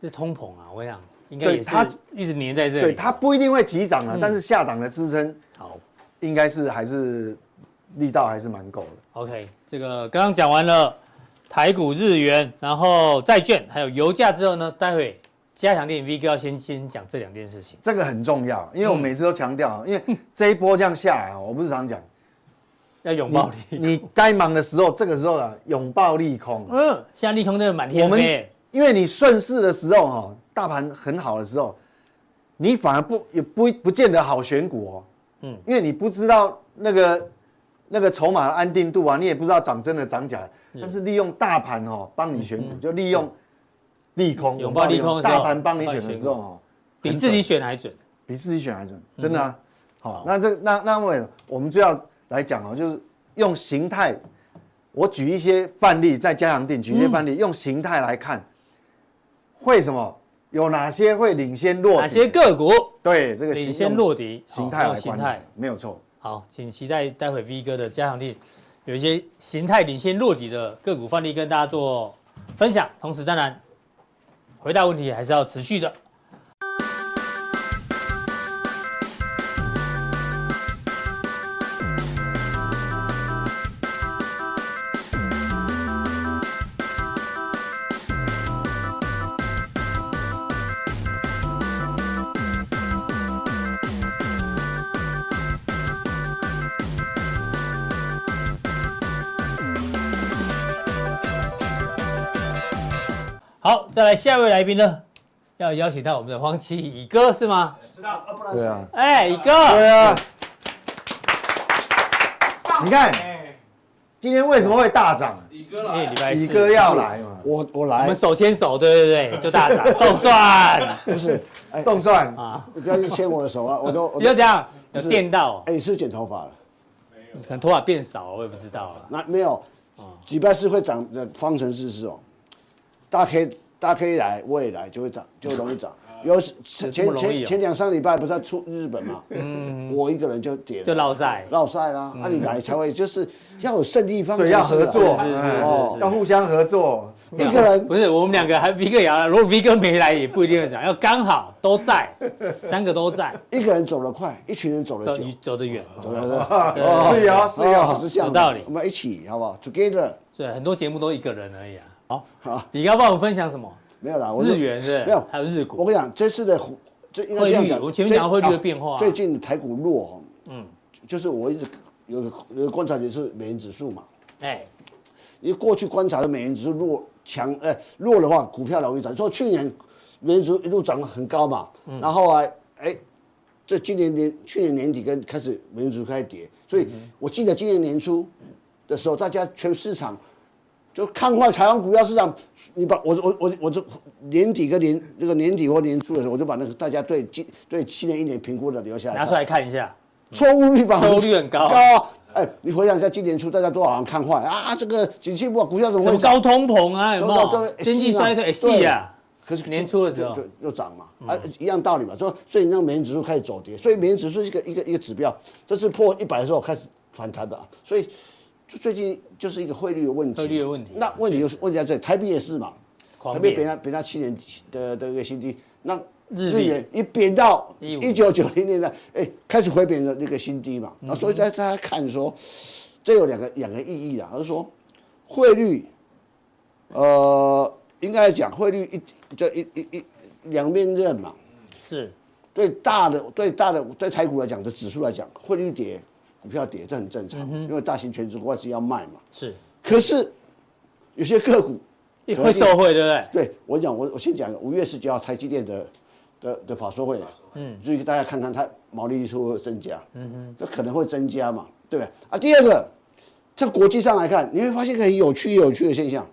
这通膨啊，我想应该对也是它一直粘在这里。对，它不一定会急涨啊，但是下涨的支撑嗯好应该是还是力道还是蛮够的， ，OK，这个刚刚讲完了台股、日元，然后债券，还有油价之后呢，待会加强店 V 哥要先先讲这两件事情。这个很重要，因为我每次都强嗯调啊，因为这一波这样下来啊，我不是常讲，要 *laughs* 拥抱力，你你该忙的时候，这个时候啊，拥抱利空，啊嗯，现在利空真的满天我们飞，因为你顺势的时候哈，大盘很好的时候，你反而不也不不见得好选股嗯哦。嗯，因为你不知道那个那个筹码的安定度啊，你也不知道涨真的涨假的。嗯但是利用大盘哦，帮你选股，就利用利空，拥抱利空的时候大盘帮你选的时候哦，比很自己准选还准。比自己选还准，真嗯的啊。好，那这那那为我们就要来讲哦，就是用形态，我举一些范例，在加强定举一嗯些范例，用形态来看，会什么？有哪些会领先落底？哪些个股对这个领形先落底？用形态好来用形观态察，没有错。好，请期待待会 V 哥的加强力有一些形态领先落底的个股范例跟大家做分享。同时，当然回答问题还是要持续的。好，再来下一位来宾呢，要邀请到我们的黄奇乙哥是吗？知道啊，不然对啊，哎，乙对哥， *laughs* 啊。你看哎，今天为什么会大涨？乙哥今天来礼，拜李四，哥要来嘛？我我我来哎们，手牵手，对对对，就大涨，动算，不 *laughs* 是，哎，动算啊不要去牵我的手啊，我都我你都就，这样，有是电到，哎，你是不是剪头发了？可能头发变少，我也不知道啊了。那没有，哦礼拜四会涨的方程式是哦，大 K 大 K 来，我也来，就会涨，就容 *laughs* 易涨。有前这么前容易哦嗯前前两三礼拜不是要出日本嘛， *laughs* 我一个人就跌了，就嗯落赛落赛啦。那你来才会就是要有胜利方程所以式要啊，合作，是是是是哎是要互相合作。一个人不是我们两个还 V 哥也要来，如果 V 哥没来也不一定会涨，要刚好都 *laughs* 在，三个都在，一个人走得快，一群人走得走久，走得远。走得是有是哦有，是这样有子，道理我们一起好不好？Together，所啊以很多节目都一个人而已啊。好，好，你要帮我们分享什么？没有啦，我是日元是不是？没有还有日股我。跟你讲，这次的虎这应该汇这率样讲，我前面讲到汇率的这变化啊最近台股弱，嗯，就是我一直有个有个观察点是美元指数嘛，哎，因为过去观察的美元指数弱强，哎、弱的话股票容易涨。说去年美元指数一路涨得很高嘛，然后啊，哎、这今年年去年年底跟开始美元指数开始跌，所以我记得今年年初的时候，大家全市场就看坏台湾股票市场。你把我我我我这年底跟年这个年底或年初的时候，我就把那个大家对今对七年一年评估的留下来，拿出来看一下，错误率吧，错误率很高高啊！哎，你回想一下，今年初大家都好像看坏啊，这个景气不好，股票怎么什会么涨？高通膨啊，有没说到有这？个经济衰退，哎，是啊是啊，可是年初的时候就就又涨嘛，啊，一样道理嘛。所以所以让美元指数开始走跌，所以美元指数一个一个一个指标，这次破一百的时候开始反弹吧。所以就最近就是一个汇率的问题，汇率的问题那问题就是问题在这里，台币也是嘛，台狂币贬变，到贬到七年的的一个新低，那日日币元一贬到15一九九零年的，哎、开始回贬的那个新低嘛，啊，所以大家看说，这有两个两个意义啊，就是说汇率，呃，应该讲汇率一这一一一两面刃嘛，是对大的对大的对台股来讲，的指数来讲，汇率跌，股票跌，这很正常，因为大型全职股外资要卖嘛，是，可是有些个股也会受惠，对不对？对我讲，我我先讲五月十九号台积电的的的法说会，嗯，所以大家看看它毛利率是不是增加，嗯哼，这可能会增加嘛，对不对？啊，第二个，在国际上来看，你会发现一个很有趣有趣的现象，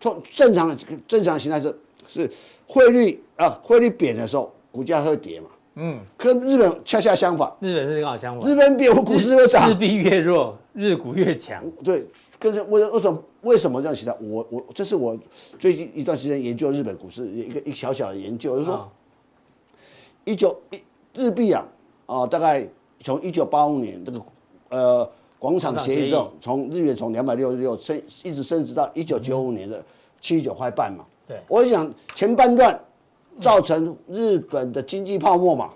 从正常的正常的形态是是汇率啊汇率贬的时候，股价会跌嘛，嗯，跟日本恰恰相反，日本是刚好相反日，本贬我股市会涨日，币越弱，日股越强，对，跟着为为什么为什么这样写的？我我这是我最近一段时间研究日本股市一个一小小的研究，就是说啊一九一日币啊啊，大概从一九八五年这个呃广场协议之后，从日元从两百六十六升一直升值到一九九五年的七九块半嘛。对我想前半段造成日本的经济泡沫嘛。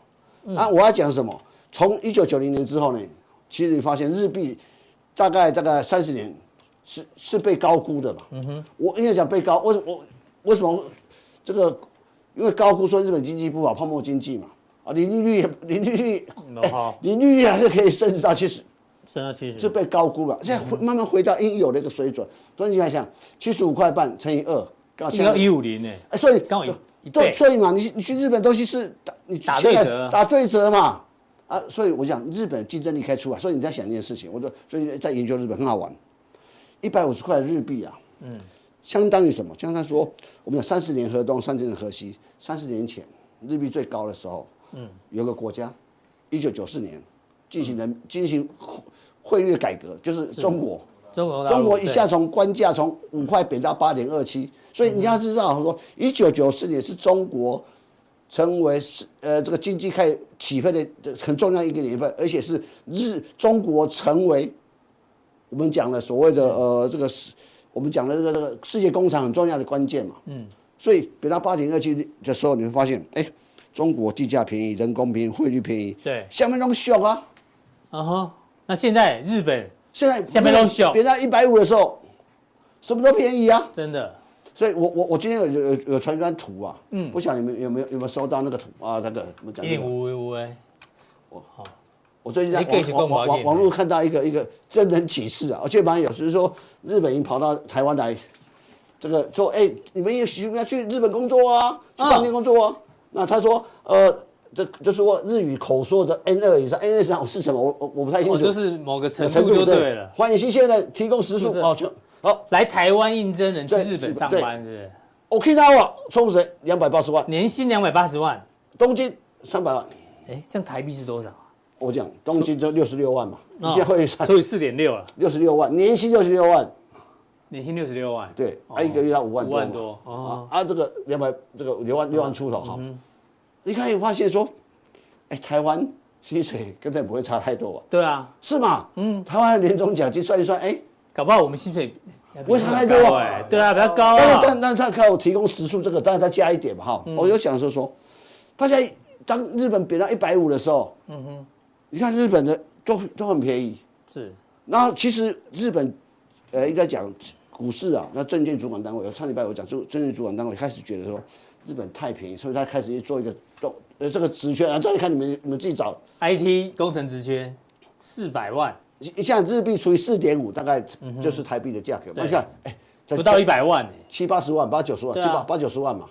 啊，我要讲什么？从一九九零年之后呢，其实你发现日币大概大概三十年是是被高估的嘛。嗯哼，我应该讲被高，为什么我为什么这个？因为高估说日本经济不好，泡沫经济嘛。啊，零利率也零利率，然后 *laughs* 零利率还是可以升值到七十，升到七十就，被高估了。现在回慢慢回到应有的一个水准。所以你想想，七十五块半乘以二，刚好一到一五零呢，哎，所以刚好一就一对，倍所以嘛，你你去日本东西是打你打现对在折打对折嘛，啊，所以我想日本竞争力开出来，所以你在想一件事情，我说所以在研究日本很好玩，一百五十块日币啊，嗯，相当于什么？相当于说我们有三十年河东，三十年河西，三十年前日币最高的时候，嗯，有个国家，一九九四嗯年进行人进行汇汇率改革，就是中国。中国大陆中国一下对从官价从五块贬到八点二七，所以你要知道说，一九九四年是中国成为是呃这个经济开始起飞的的很重要一个年份，而且是日中国成为我们讲的所谓的嗯呃这个世我们讲的这个这个世界工厂很重要的关键嘛。嗯，所以贬到八点二七的时候，你会发现，哎，中国地价便宜，人工便宜，汇率便宜，对，下面那个小啊，嗯哼，那现在日本现在下面都小贬到一百五的时候，什么都便宜啊。真的所以我我我今天有有有有传一张图啊，嗯，不晓得你们有没有有没有收到那个图啊？那个怎么讲一？点五五五哎，我最近在你继续网讲我网要网念网络看到一个一个真人启示啊，而且蛮有，就是说日本人跑到台湾来，这个说哎、你们也许要去日本工作啊，去饭店工作啊。那他说呃，这就是说日语口说的 N 二以上，N 二以上是什么？我我我不太清我楚。哦就有是某个程程度就对对了，欢迎新鲜的提供食宿宿舍哦，就好来台湾应征人去对日本日本上对班，是不是？ ，Okinawa 冲绳两百八十万，年薪两百八十万，东京三百万。哎，这样台币是多少啊？我讲东京就六十六万嘛，你哦现在会算除以四点六了，啊六十六万，年薪六十六万，年薪六十六万，对，哦啊一个月要五万五多嘛，万多哦啊啊这个两百这个六万六万出头哈，你可以发现说，哎，台湾薪水跟这不会差太多吧？对啊，是嘛？嗯，台湾的年终奖金算一算，哎，搞不好我们薪水不会差太多啊哎对啊，比较高但是啊，但但是他看我提供时数这个，当然再加一点嘛哈。我有讲是说，大家当日本贬到一百五的时候，嗯哼，你看日本的都都很便宜。是然后其实日本，呃，应该讲股市啊，那证券主管单位，我上礼拜我讲，就证券主管单位开始觉得说日本太便宜，所以他开始做一个动，呃，这个职缺，然后再看你们你们自己找， IT 工程职缺四百万，一下日币除以四点五，大概就是台币的价格嘛。对你看，哎，在不到一百万哎，七八十万、八九十万、对七啊八八九十万嘛。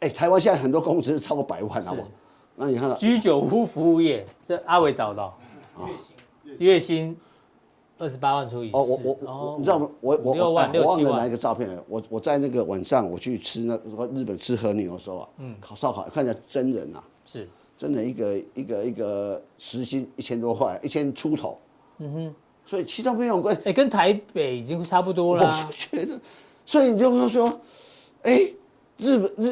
哎，台湾现在很多公司是超过百万，好不好？那你看 *laughs* 到居酒屋服务业，这阿伟找到，月薪二十八万除以四，哦，我我我，你知道吗？我我六我万哎六我忘七了万拿一个照片了。我我在那个晚上我去吃那个日本吃和牛的时候啊，嗯，烤烧烤看起来真人啊，是真人一个一个一个时薪一千多块，一千出头，嗯哼，所以其实没有关系。哎，跟台北已经差不多我啦、就觉得，所以你就会说，哎，日本日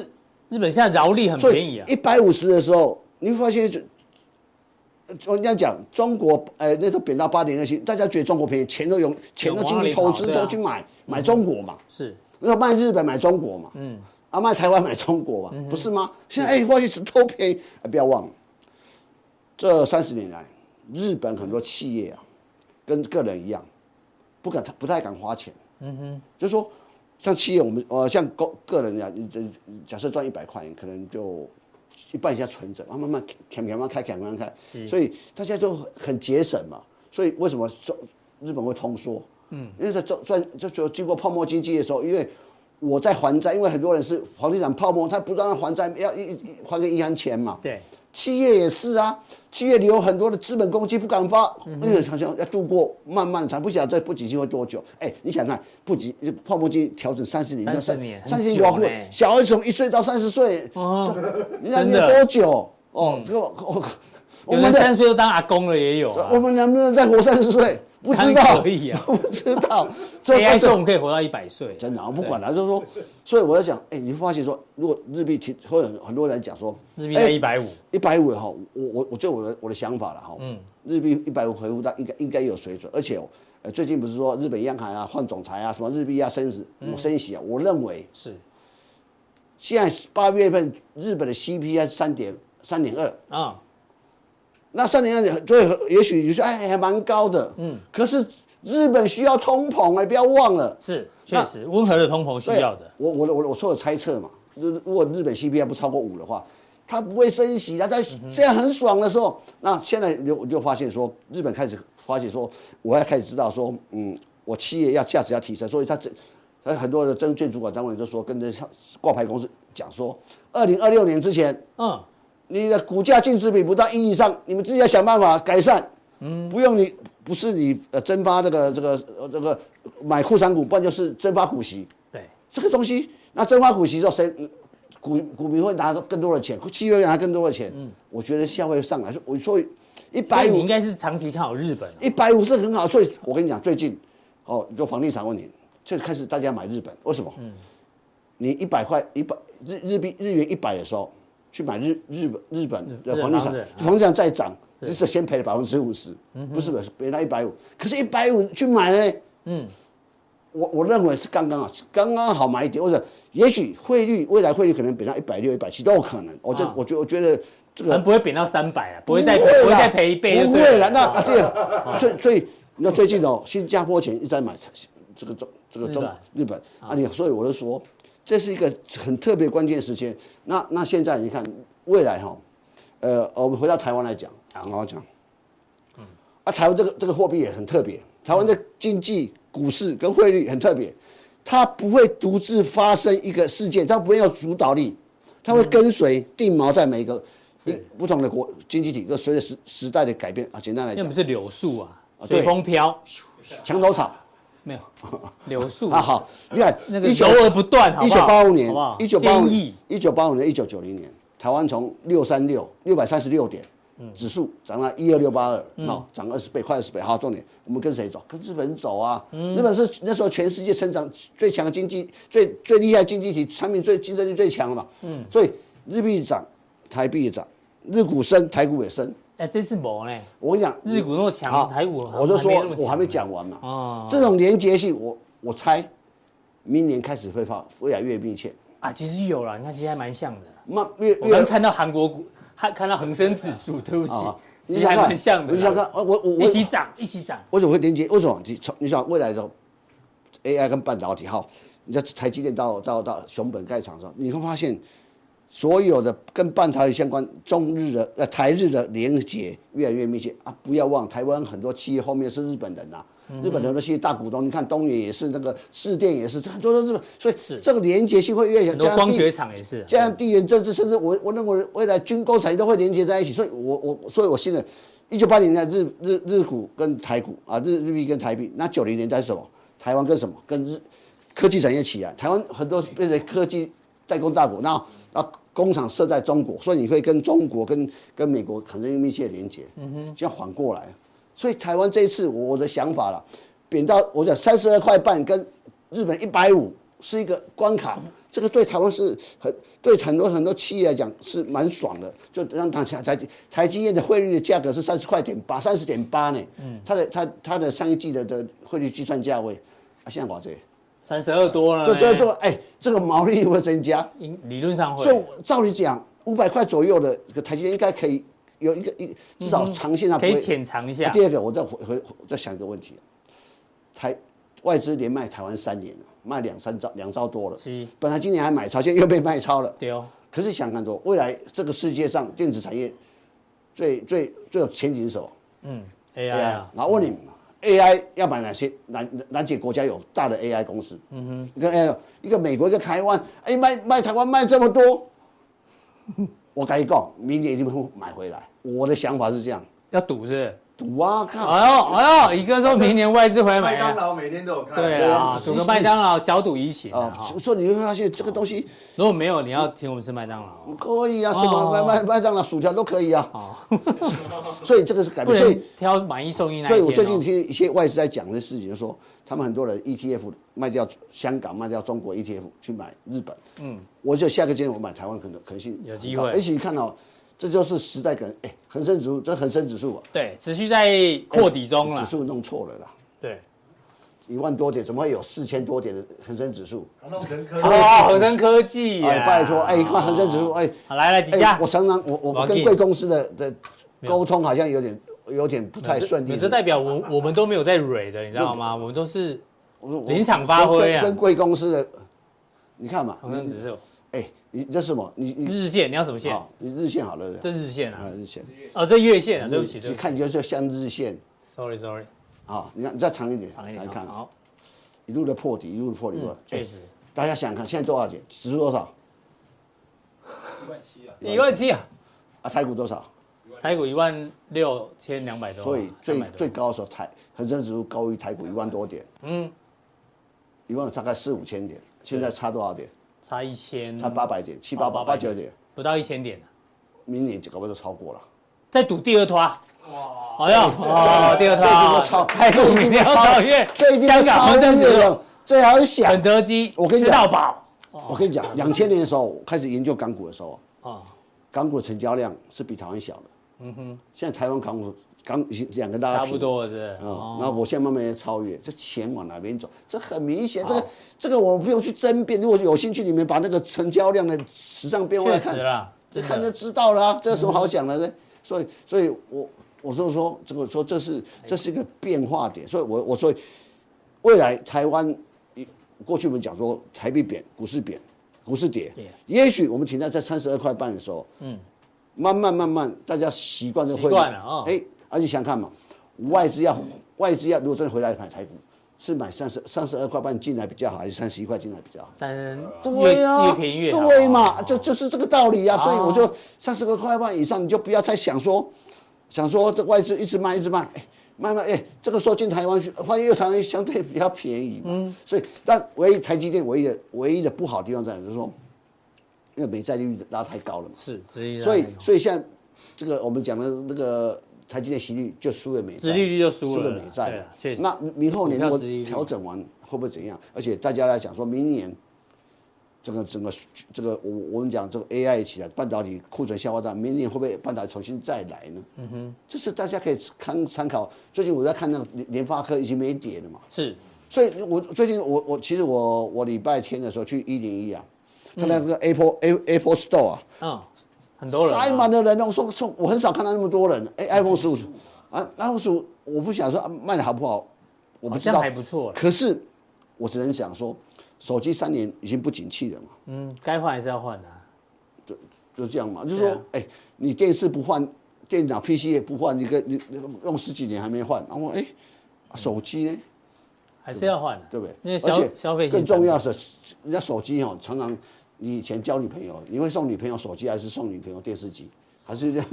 日本现在劳力很所便宜以啊，一百五十的时候，你会发现就，呃我这样讲，中国哎那时候贬到八点二七，大家觉得中国便宜，钱都有钱都进去投资往哪里跑对啊都去买买中国嘛，是那时候卖日本买中国嘛，嗯，啊卖台湾买中国嘛，不是吗？现在哎发现都便宜，哎不要忘了，这三十年来，日本很多企业啊，跟个人一样，不敢不太敢花钱，嗯哼，就是说。像企业，我们呃，像个个人呀，你这假设赚一百块，你可能就一半以下存着，然后慢慢砍砍慢慢开，砍慢慢开，所以大家都很节省嘛。所以为什么中日本会通缩？嗯，因为在赚赚就就经过泡沫经济的时候，因为我在还债，因为很多人是房地产泡沫，他不让他还债，要一一一还给银行钱嘛。对，企业也是啊，企业里有很多的资本公积不敢发，嗯因为想想要度过漫漫长，不晓得这不景气会多久。哎、你想看不景泡沫经济调整三十年， 30年三十很年久多会呢小孩从一岁到三十岁，哦这你看你真的有嗯多久？哦，这个我我我有们人三的十岁都当阿公了也有啊我。们能不能再活三十岁？不知当道，然可以啊 *laughs* 不知 *laughs* 道。所以 AI 说所以我们可以活到一百岁，真的啊，我不管了，就是说，所以我在想，哎、你会发现说，如果日币提，或者很多人讲说，日币在哎一百五，一百五哈，我我我就我的我的想法了哈，嗯，日币一百五回复到应该应该有水准，而且哦、呃最近不是说日本央行啊换总裁啊，什么日币啊升息，我升息啊，我认为是现在八月份日本的 CPI 三点三点二，啊，那三点二对，也许你说哎还蛮高的，嗯，可是日本需要通膨哎、不要忘了，是确那实温和的通膨需对啊要的。我我的我的我说的猜测嘛，就是如果日本 CPI 不超过五的话，它不会升息啊。嗯但这样很爽的时候，那现在就我就发现说，日本开始发现说，我要开始知道说，嗯，我企业要价值要提升，所以它这。它很多的证券主管单位就说，跟这上挂牌公司讲说，二零二六年之前，嗯，你的股价净值比不到一以上，你们自己要想办法改善。嗯，不用你，不是你呃蒸发这个这个呃这个买库存股，不然就是蒸发股息。对，这个东西，那蒸发股息之后，谁嗯股股民会拿到更多的钱，企业会拿更多的钱。我觉得价位上嗯来，所以我说一所百以你应五，该是长期看好日本啊。一百五是很好。所以我跟你讲，最近哦，你说房地产问题，就开始大家买日本，为什么？嗯你一百块一百日日币日元一百的时候，去买日日本日本的日房地日本嗯产房，子房地产再涨，就是先赔了百分之五十，嗯不是赔了一百五，可是一百五去买呢？嗯我我认为是刚刚好，刚刚好买一点，或者也许汇率未来汇率可能比到一百六、一百七都有可能。我这、啊我觉得我觉得这可能个不会贬到三百啊，不会再不啦会再赔一倍就不对会了。那啊啊对了，所以所以你看最近哦，新加坡钱一直在买这个中这个中日本啊，你所以我就说这是一个很特别关键时间。那那现在你看未来哈、呃，我们回到台湾来讲，好好讲。啊，台湾这个这个货币也很特别，台湾的经济、股市跟汇率很特别，它不会独自发生一个事件，它不会有主导力，它会跟随定锚在每一个一不同的国经济体，都随着时时代的改变啊。简单来因为我讲们，是柳树啊，啊随对风飘，墙头草， *laughs* 没有柳树啊，好，你看那个柔而不断，好一不九好？八五年好不好？，一九八五坚毅，一九八五年，一九九零年，台湾从六三六六百三十六点，嗯指数涨到一二六八二，那涨二十倍，快二十倍。好，重点，我们跟谁走？跟日本走啊！嗯日本是那时候全世界成长最强的经济，最最厉害的经济体，产品最竞争力最强的嘛。嗯，所以日币涨，台币也涨，日股升，台股也升。哎，这次没呢，我跟你讲，日股那么强，好台股好像我就说那么强我还没讲完嘛。哦这种连结性，我我猜，明年开始会发越来越密切。啊，其实有了，你看其实还蛮像的。那越我越刚看到韩国股，看看到恒生指数，对不起啊，，其你实想还看，蛮像的啦。啊你想看，我我我一起涨，一起涨。为什么会连接？为什么？你从你想未来的 AI 跟半导体哈，你在台积电到到到熊本盖厂的时候，你会发现所有的跟半导体相关中日的呃台日的连接越来越密切啊！不要忘，台湾很多企业后面是日本人呐、嗯日本人的企业大股东，你看东野也是，那个市电也是，很多都是日本，所是以这个连接性会越来越很多加光地学厂也是，这样地缘政治，甚至我我认为未来军工产业都会连接在一起，所以我我所以我信任，一九八零年代日日日股跟台股啊日日币跟台币，那九零年代是什么？台湾跟什么？跟日科技产业起来，台湾很多变成科技代工大国，那那工厂设在中国，所以你会跟中国跟跟美国产生密切连接，嗯哼，这样反过来，啊所以台湾这一次我的想法了，贬到我讲三十二块半跟日本一百五是一个关卡，这个对台湾是很对很多很多企业来讲是蛮爽的，就让它下台积台积电的汇率的价格是三十块点八，三十点八呢，嗯，它的它它的上一季的的汇率计算价位啊，现在多少？三十二多了呢。这这这个哎，这个毛利会增加，应理论上会所以我照理讲，五百块左右的这个台积电应该可以有一个一至少长线上不可以会浅尝一那下。第二个，我再回回我再想一个问题，啊台外资连卖台湾三年了，卖两三兆两兆多了，是本来今年还买超，现在又被卖超了。对哦，可是想看说，未来这个世界上电子产业最最最有前景是什么嗯，AI 啊，然后问你们嘛，AI 要买哪些哪哪几个国家有大的 AI 公司？嗯哼，一个 AI，一个美国，一个台湾，哎，卖卖台湾卖这么 *laughs* 多，我跟你讲，明年一定会买回来。我的想法是这样，要赌是不是？赌啊，看。哎呦哎呦，一哥说明年外资回来买麦当啊，劳每天都有开。对啊，对赌个麦当劳小赌怡情啊啊，。哈所所以你会发现这个东西如果没有，你要请我们吃麦当劳可以啊，什哦么麦麦麦当劳、薯条都可以啊。哦， *laughs* 所以这个是改不变。哎所以能挑买一送一那一所天以哦。我最近听一些外资在讲的事情，就说他们很多人 ETF 卖掉香港，卖掉中国 ETF 去买日本。嗯，我就下个阶段我买台湾可能可能性有机会而且你看哦，这就是时代感。哎，恒生指数，这恒生指数啊，对持续在扩底中指了，数弄错了啦，对。一万多点，怎么会有四千多点的恒生指数？啊，弄成科技哦，恒生科技哎，啊，拜托，哎，你看恒生指数，哎，好，来来几家哎，我常常我我老跟弟贵公司的的沟通好像有点有点不太顺利。这代表我我们都没有在蕊的，你知道吗？我们都是我说我临场发挥啊跟跟贵公司的，你看嘛，恒生指数哎，你这是什么？你你日线，你要什么线？好，你日线好了，这日线啊啊，日线，哦，这月线啊，对不起，你对不你起看你就是像日线，sorry sorry，啊，你看你再长一点，长一点啊，来哎看好，一路的破底，一路的破底，嗯哎确实，大家想想看，现在多少钱？指数多少？一万七哎啊，一万七啊，啊，台股多少？台股一万六千两百多啊，所以最300多最高的时候，台恒生指数高于台股一万多点，嗯，一万大概四五千点，现在差多少点？差一千，差八百点，七哦八百800八九点，不到一千点啊明年搞不好就超过了。再赌第二拖啊。好像哦，第二拖这一定啊 *laughs* 会超，台股明天要超越这一定香会港超恒生指越数，了，这还要想肯。德基我跟你吃讲到饱我跟你讲，两千年的时候我开始研究港股的时候，啊哦，港股的成交量是比台湾小的。嗯哼，现在台湾港股港已经两个大家差平不多了哦是不是。啊，那我现在慢慢在超越，这钱往哪边走？这很明显，哦这个这个我不用去争辩。如果有兴趣，你们把那个成交量的时尚变化来确看实，啊啦，这真的嗯看就知道了、啊，这有什么好讲的呢？所以，所以我我就说这个说这是哎这是一个变化点，所以我我说未来台湾一过去我们讲说台币贬，股市贬，股市跌跌，也许我们停在在三十二块半的时候，嗯，慢慢慢慢大家习惯这个汇率习惯了哦哎，而且想看嘛，外资要外资要如果真的回来买台股，是买三十三十二块半进来比较好，还是三十一块进来比较好？但是越对呀、越便宜越好对嘛，哦就就是这个道理呀、所以我就三十个块半以上，你就不要再想说，想说这外资一直卖一直卖，哎，慢慢哎、这个时候进台湾去，发现因为台湾相对比较便宜嘛，嗯所以但唯一台积电唯一的唯一的不好的地方在哪就是说，因为美债利率拉太高了嘛，是，殖利率所以拉高所以现在这个我们讲的那个台积电息率就输给美债，殖利率就输了输给啦美债对了啊确实那明后年如股票果殖利率调整完会不会怎样？而且大家来讲说明年。这个整个这个我我们讲这个 AI 起来，半导体库存消化掉，明年会不会半导体重新再来呢？嗯哼，这是大家可以参参考。最近我在看那个联联发科已经没跌了嘛，是所以我最近我我其实我我礼拜天的时候去一零一啊，看那个 Apple、A Apple Store 啊，嗯，很多人、塞满啊，嗯的人，我说说，我很少看到那么多人。哎、i p h o n e 十五啊，iPhone 十五，我不想说啊卖的好不好，我不好知像道还。不错了。可是我只能想说，手机三年已经不景气了嘛，嗯，该换还是要换的、啊。就这样嘛，就是对说啊，哎、你电视不换，电脑 PC 也不换，你个你你用十几年还没换，然后哎、手机呢？还是要换的、对不对？因为而且消消费性更重要成是，人家手机哦，常常你以前交女朋友，你会送女朋友手机，还是送女朋友电视机，还是这样？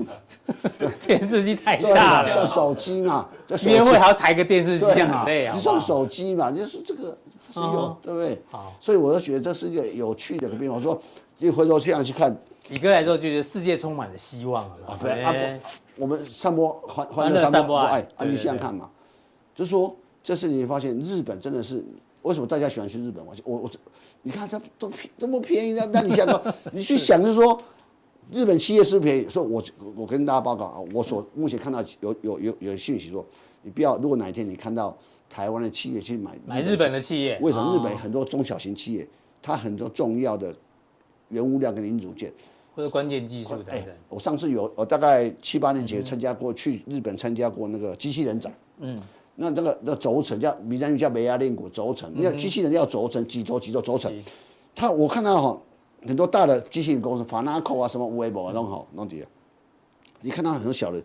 本 *laughs* 电视机太对大啊，这了，手机嘛，这手机约会还要抬个电视机，对很嘛累啊。好你不送好手机嘛，就是这个是有哦对不对？好所以我就觉得这是一个有趣的变化。我说，一回头这样去看李哥来之后，就觉得世界充满了希望了嘛啊，。对啊，哎我我们散播欢欢欢乐乐散散播播爱爱啊，对你对想想对看嘛，就是说这是你发现日本真的是为什么大家喜欢去日本玩？我我你看它都便那么便宜，那那你想说你去想就是说。日本企业是不是便宜，所以我我跟大家报告啊，我所目前看到有有有有讯息说，你不要，如果哪一天你看到台湾的企业去买买日本的企业，为什么日本哦很多中小型企业，它很多重要的原物料跟零组件，或者关键技术等哎、等？我上次有，我大概七八年嗯前参加过、去日本参加过那个机器人展，嗯，那这个那轴承叫闽南语叫梅亚链骨轴承，那机器人要轴承几轴几轴轴嗯承是，他我看到哈、很多大的机器人公司，法拉扣啊什么微博啊弄嗯好弄几个，你看到很小的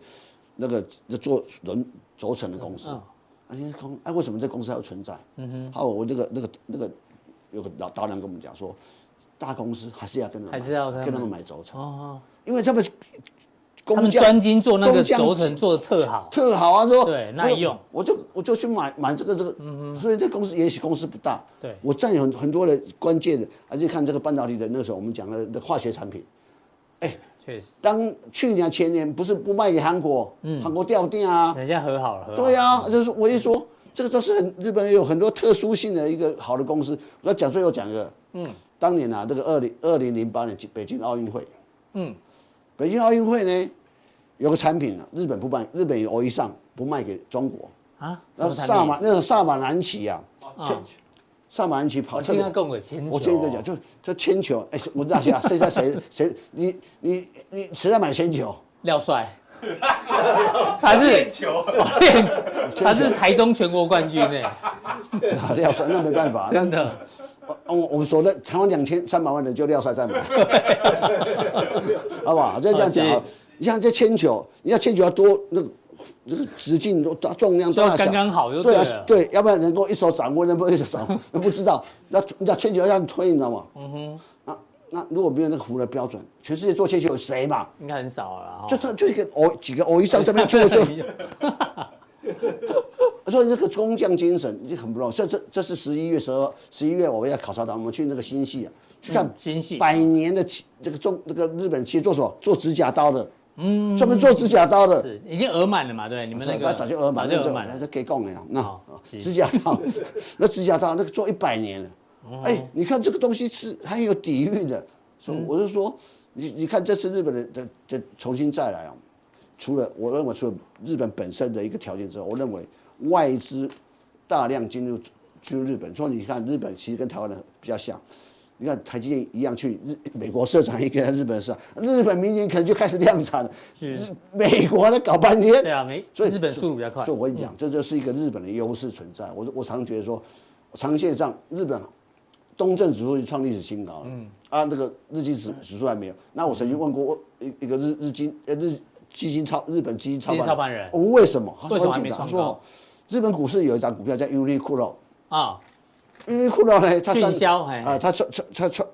那个那做轮轴承的公司，嗯啊，你看公哎为什么这公司还要存在？嗯哼，还有我那个那个那个有个老导演跟我们讲说。大公司还是要跟他们买，还是要跟他们跟他们买轴承，哦，因为他们工他们匠专精做那个工匠轴承做的特好，特好啊，说对耐用，嗯我就我就去买买这个这个，所以这公司也许公司不大，对我占有很很多的关键的，而且看这个半导体的那时候我们讲的的化学产品，确实，当去年前年不是不卖给韩国，嗯韩国掉电啊，人家和好了，和好了对啊，就是我一说这个都是很日本有很多特殊性的一个好的公司，我要讲最后讲一个，嗯，当年啊这个二零二零零八年北京奥运会，嗯，北京奥运会呢有个产品啊，日本不卖，日本有 O 以上不卖给中国。啊，什那么产萨马品？那个萨马兰奇啊，啊，萨马兰奇跑我特今别天，跟我牵我跟你讲，哦就就铅球，哎，我大家谁在谁谁，你你你谁在买铅球？廖 *laughs* 帅，他是我练 *laughs* 他是台中全国冠军欸呢，啊，廖帅那没办法，那真的，我我我们说的台湾两千三百万人就廖帅 *laughs* 在买，好不好？就这样讲好啊谢。你看这铅球，你看铅球要多那个那个直径多大重量就多要少？刚刚好就对对啊了，对，要不然能够一手掌握，能不能一手掌握？不知道，那那铅球要这样推，你知道吗？嗯哼，那那如果没有那个符合标准，全世界做铅球有谁嘛？应该很少了啊，就这就一个偶几个偶一上这 *laughs* 边做就，所以这个工匠精神已经很不容易。这这这是十一月十二十一月我们要考察到，我们去那个新系啊，去看嗯新系百年的企这个中这个日本企业做什么？做指甲刀的，嗯，专门做指甲刀的，是已经额满了嘛？对，你们那个早就额满，早啊那就就额满了，这给供了呀。那啊好是指甲刀， *laughs* 那指甲刀那个做一百年了。哦哎，你看这个东西是很有底蕴的，所嗯以我就说，你你看这次日本的的的重新再来啊，除了我认为除了日本本身的一个条件之后，我认为外资大量进入进入日本，所以你看日本其实跟台湾的比较像。你看台积电一样去日美国设厂，也给日本设厂，日本明年可能就开始量产了。是日美国在搞半天，对啊，没，所以日本速度比较快嗯所，以我跟你讲，这就是一个日本的优势存在。我我常觉得说，长线上日本东证指数已经创历史新高了，嗯啊，那个日经指指数还没有。那我曾经问过一一个日日经呃日基金操日本基金操基金操办人哦我问为什么？他说为什么还很没简单创他说高哦日本股市有一档股票叫 Uniqlo，Uniqlo 啊，呢，它占迅销哎啊，它创创它创，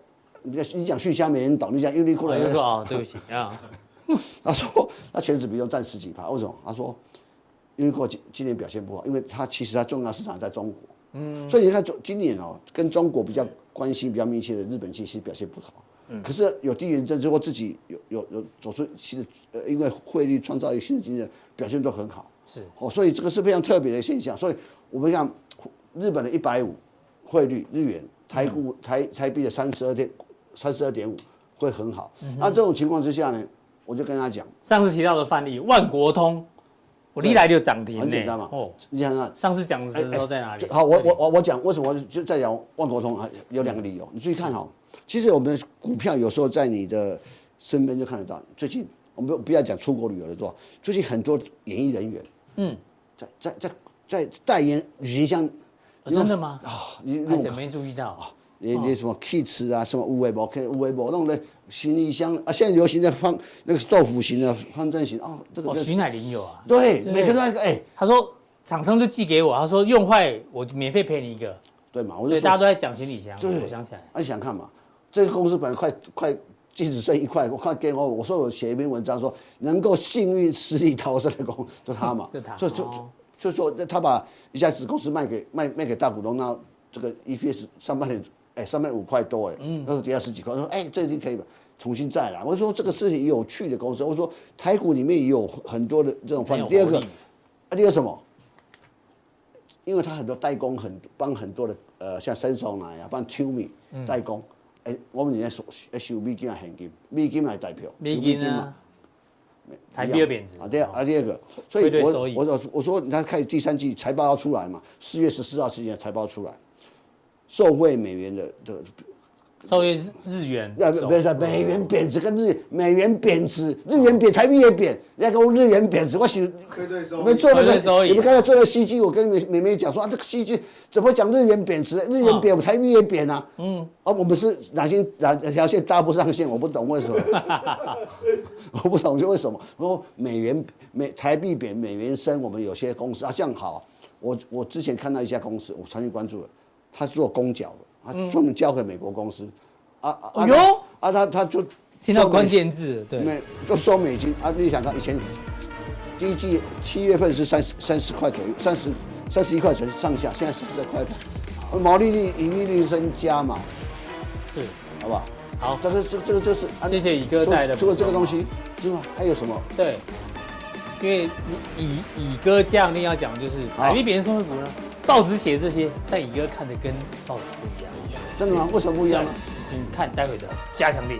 你讲你讲迅销没人懂，你讲 Uniqlo 我有就人说哦，对不起啊， *laughs* 他说他全指比重占十几趴，为什么？他说，英国今今年表现不好，因为它其实它重要市场在中国，嗯，所以你看中今年哦，跟中国比较关系比较密切的日本其实表现不好，嗯，可是有地缘政治或自己有有有走出新的，呃，因为汇率创造一个新的经济，表现都很好，是哦，所以这个是非常特别的现象，所以我们看日本的一百五汇率日元，台嗯股台台币的三十二点三十二点五会很好，嗯那这种情况之下呢，我就跟他讲，上次提到的范例，万国通，我历来就涨停呢，很简单嘛哦，你想想看。上次讲的时候在哪里就？好，我我我我讲为什么就在讲万国通啊，有两个理由，嗯你注意看哈、其实我们的股票有时候在你的身边就看得到。最近我们不要讲出国旅游了，是吧？最近很多演艺人员，嗯，在在在在代言旅行箱哦真的吗？啊，你如还果是没注意到？你你什么 kids 啊，什么无微博、K 无微博弄的行李箱啊，现在流行的方那个是豆腐型的方正型啊，这个哦，这徐乃麟有啊，对，对每个都在哎，他说厂商就寄给我，他说用坏我就免费赔你一个。对嘛，我就对，说大家都在讲行李箱，对我想起来，啊，你想看嘛？这个公司本来快快净只剩一块，我快给我，我说我写一篇文章说能够幸运死里逃生的公，就他 *laughs* 嘛，就他所以就哦就说他把一家子公司卖给卖卖给大股东，那这个 EPS 上半年哎上半年五块多哎，嗯那时候跌到十几块，我说哎这已经可以了。重新再来，我说这个是很有趣的公司。我说台股里面也有很多的这很种方有法。第二活个力，啊，第二个什么？因为它很多代工很帮很多的呃，像 Samsung 啊，帮 Tumi 嗯代工。哎、我们以前收哎收美金啊现金，美金来代表，美收金啊，，台币一二样贬值哦啊，对啊，啊第二个，所汇以兑收我益我我我说，你看看第三季财报要出来嘛，四月十四号之前财报出来，受惠美元的的收益日元呃，不是美元贬值跟日美元贬值，日元贬，台币也贬，人家跟我日元贬值，我喜汇兑收益你们做那汇兑收个，益你们刚才做那个 CG，我跟美美美讲说啊，这个 CG 怎么讲日元贬值？日元贬，我们台币也贬啊。嗯，啊，我们是哪些哪哪条线搭不上线？我不懂为什么，我不懂就为什么。然后美元美台币贬，美元升，我们有些公司啊，这样好。我我之前看到一家公司，我长期关注的，他是做公缴的，他专门交给美国公司。啊啊！啊哎呦啊，他他就听到收美关键字，对，美就收美金啊！你想看以前第一季七月份是三十三十块左右，三十三十一块左右上下，现在三十块半，毛利率、盈利率增加嘛，是好不好？好这个这个这个就是啊谢谢宇哥带的除除了这个补充东西之外，还有什么？对，因为你以以哥将令要讲就是哎好台币贬值收益股呢，报纸写这些，但以哥看的跟报纸不一样，真的吗？为什么不一样呢？你看待会的加强力。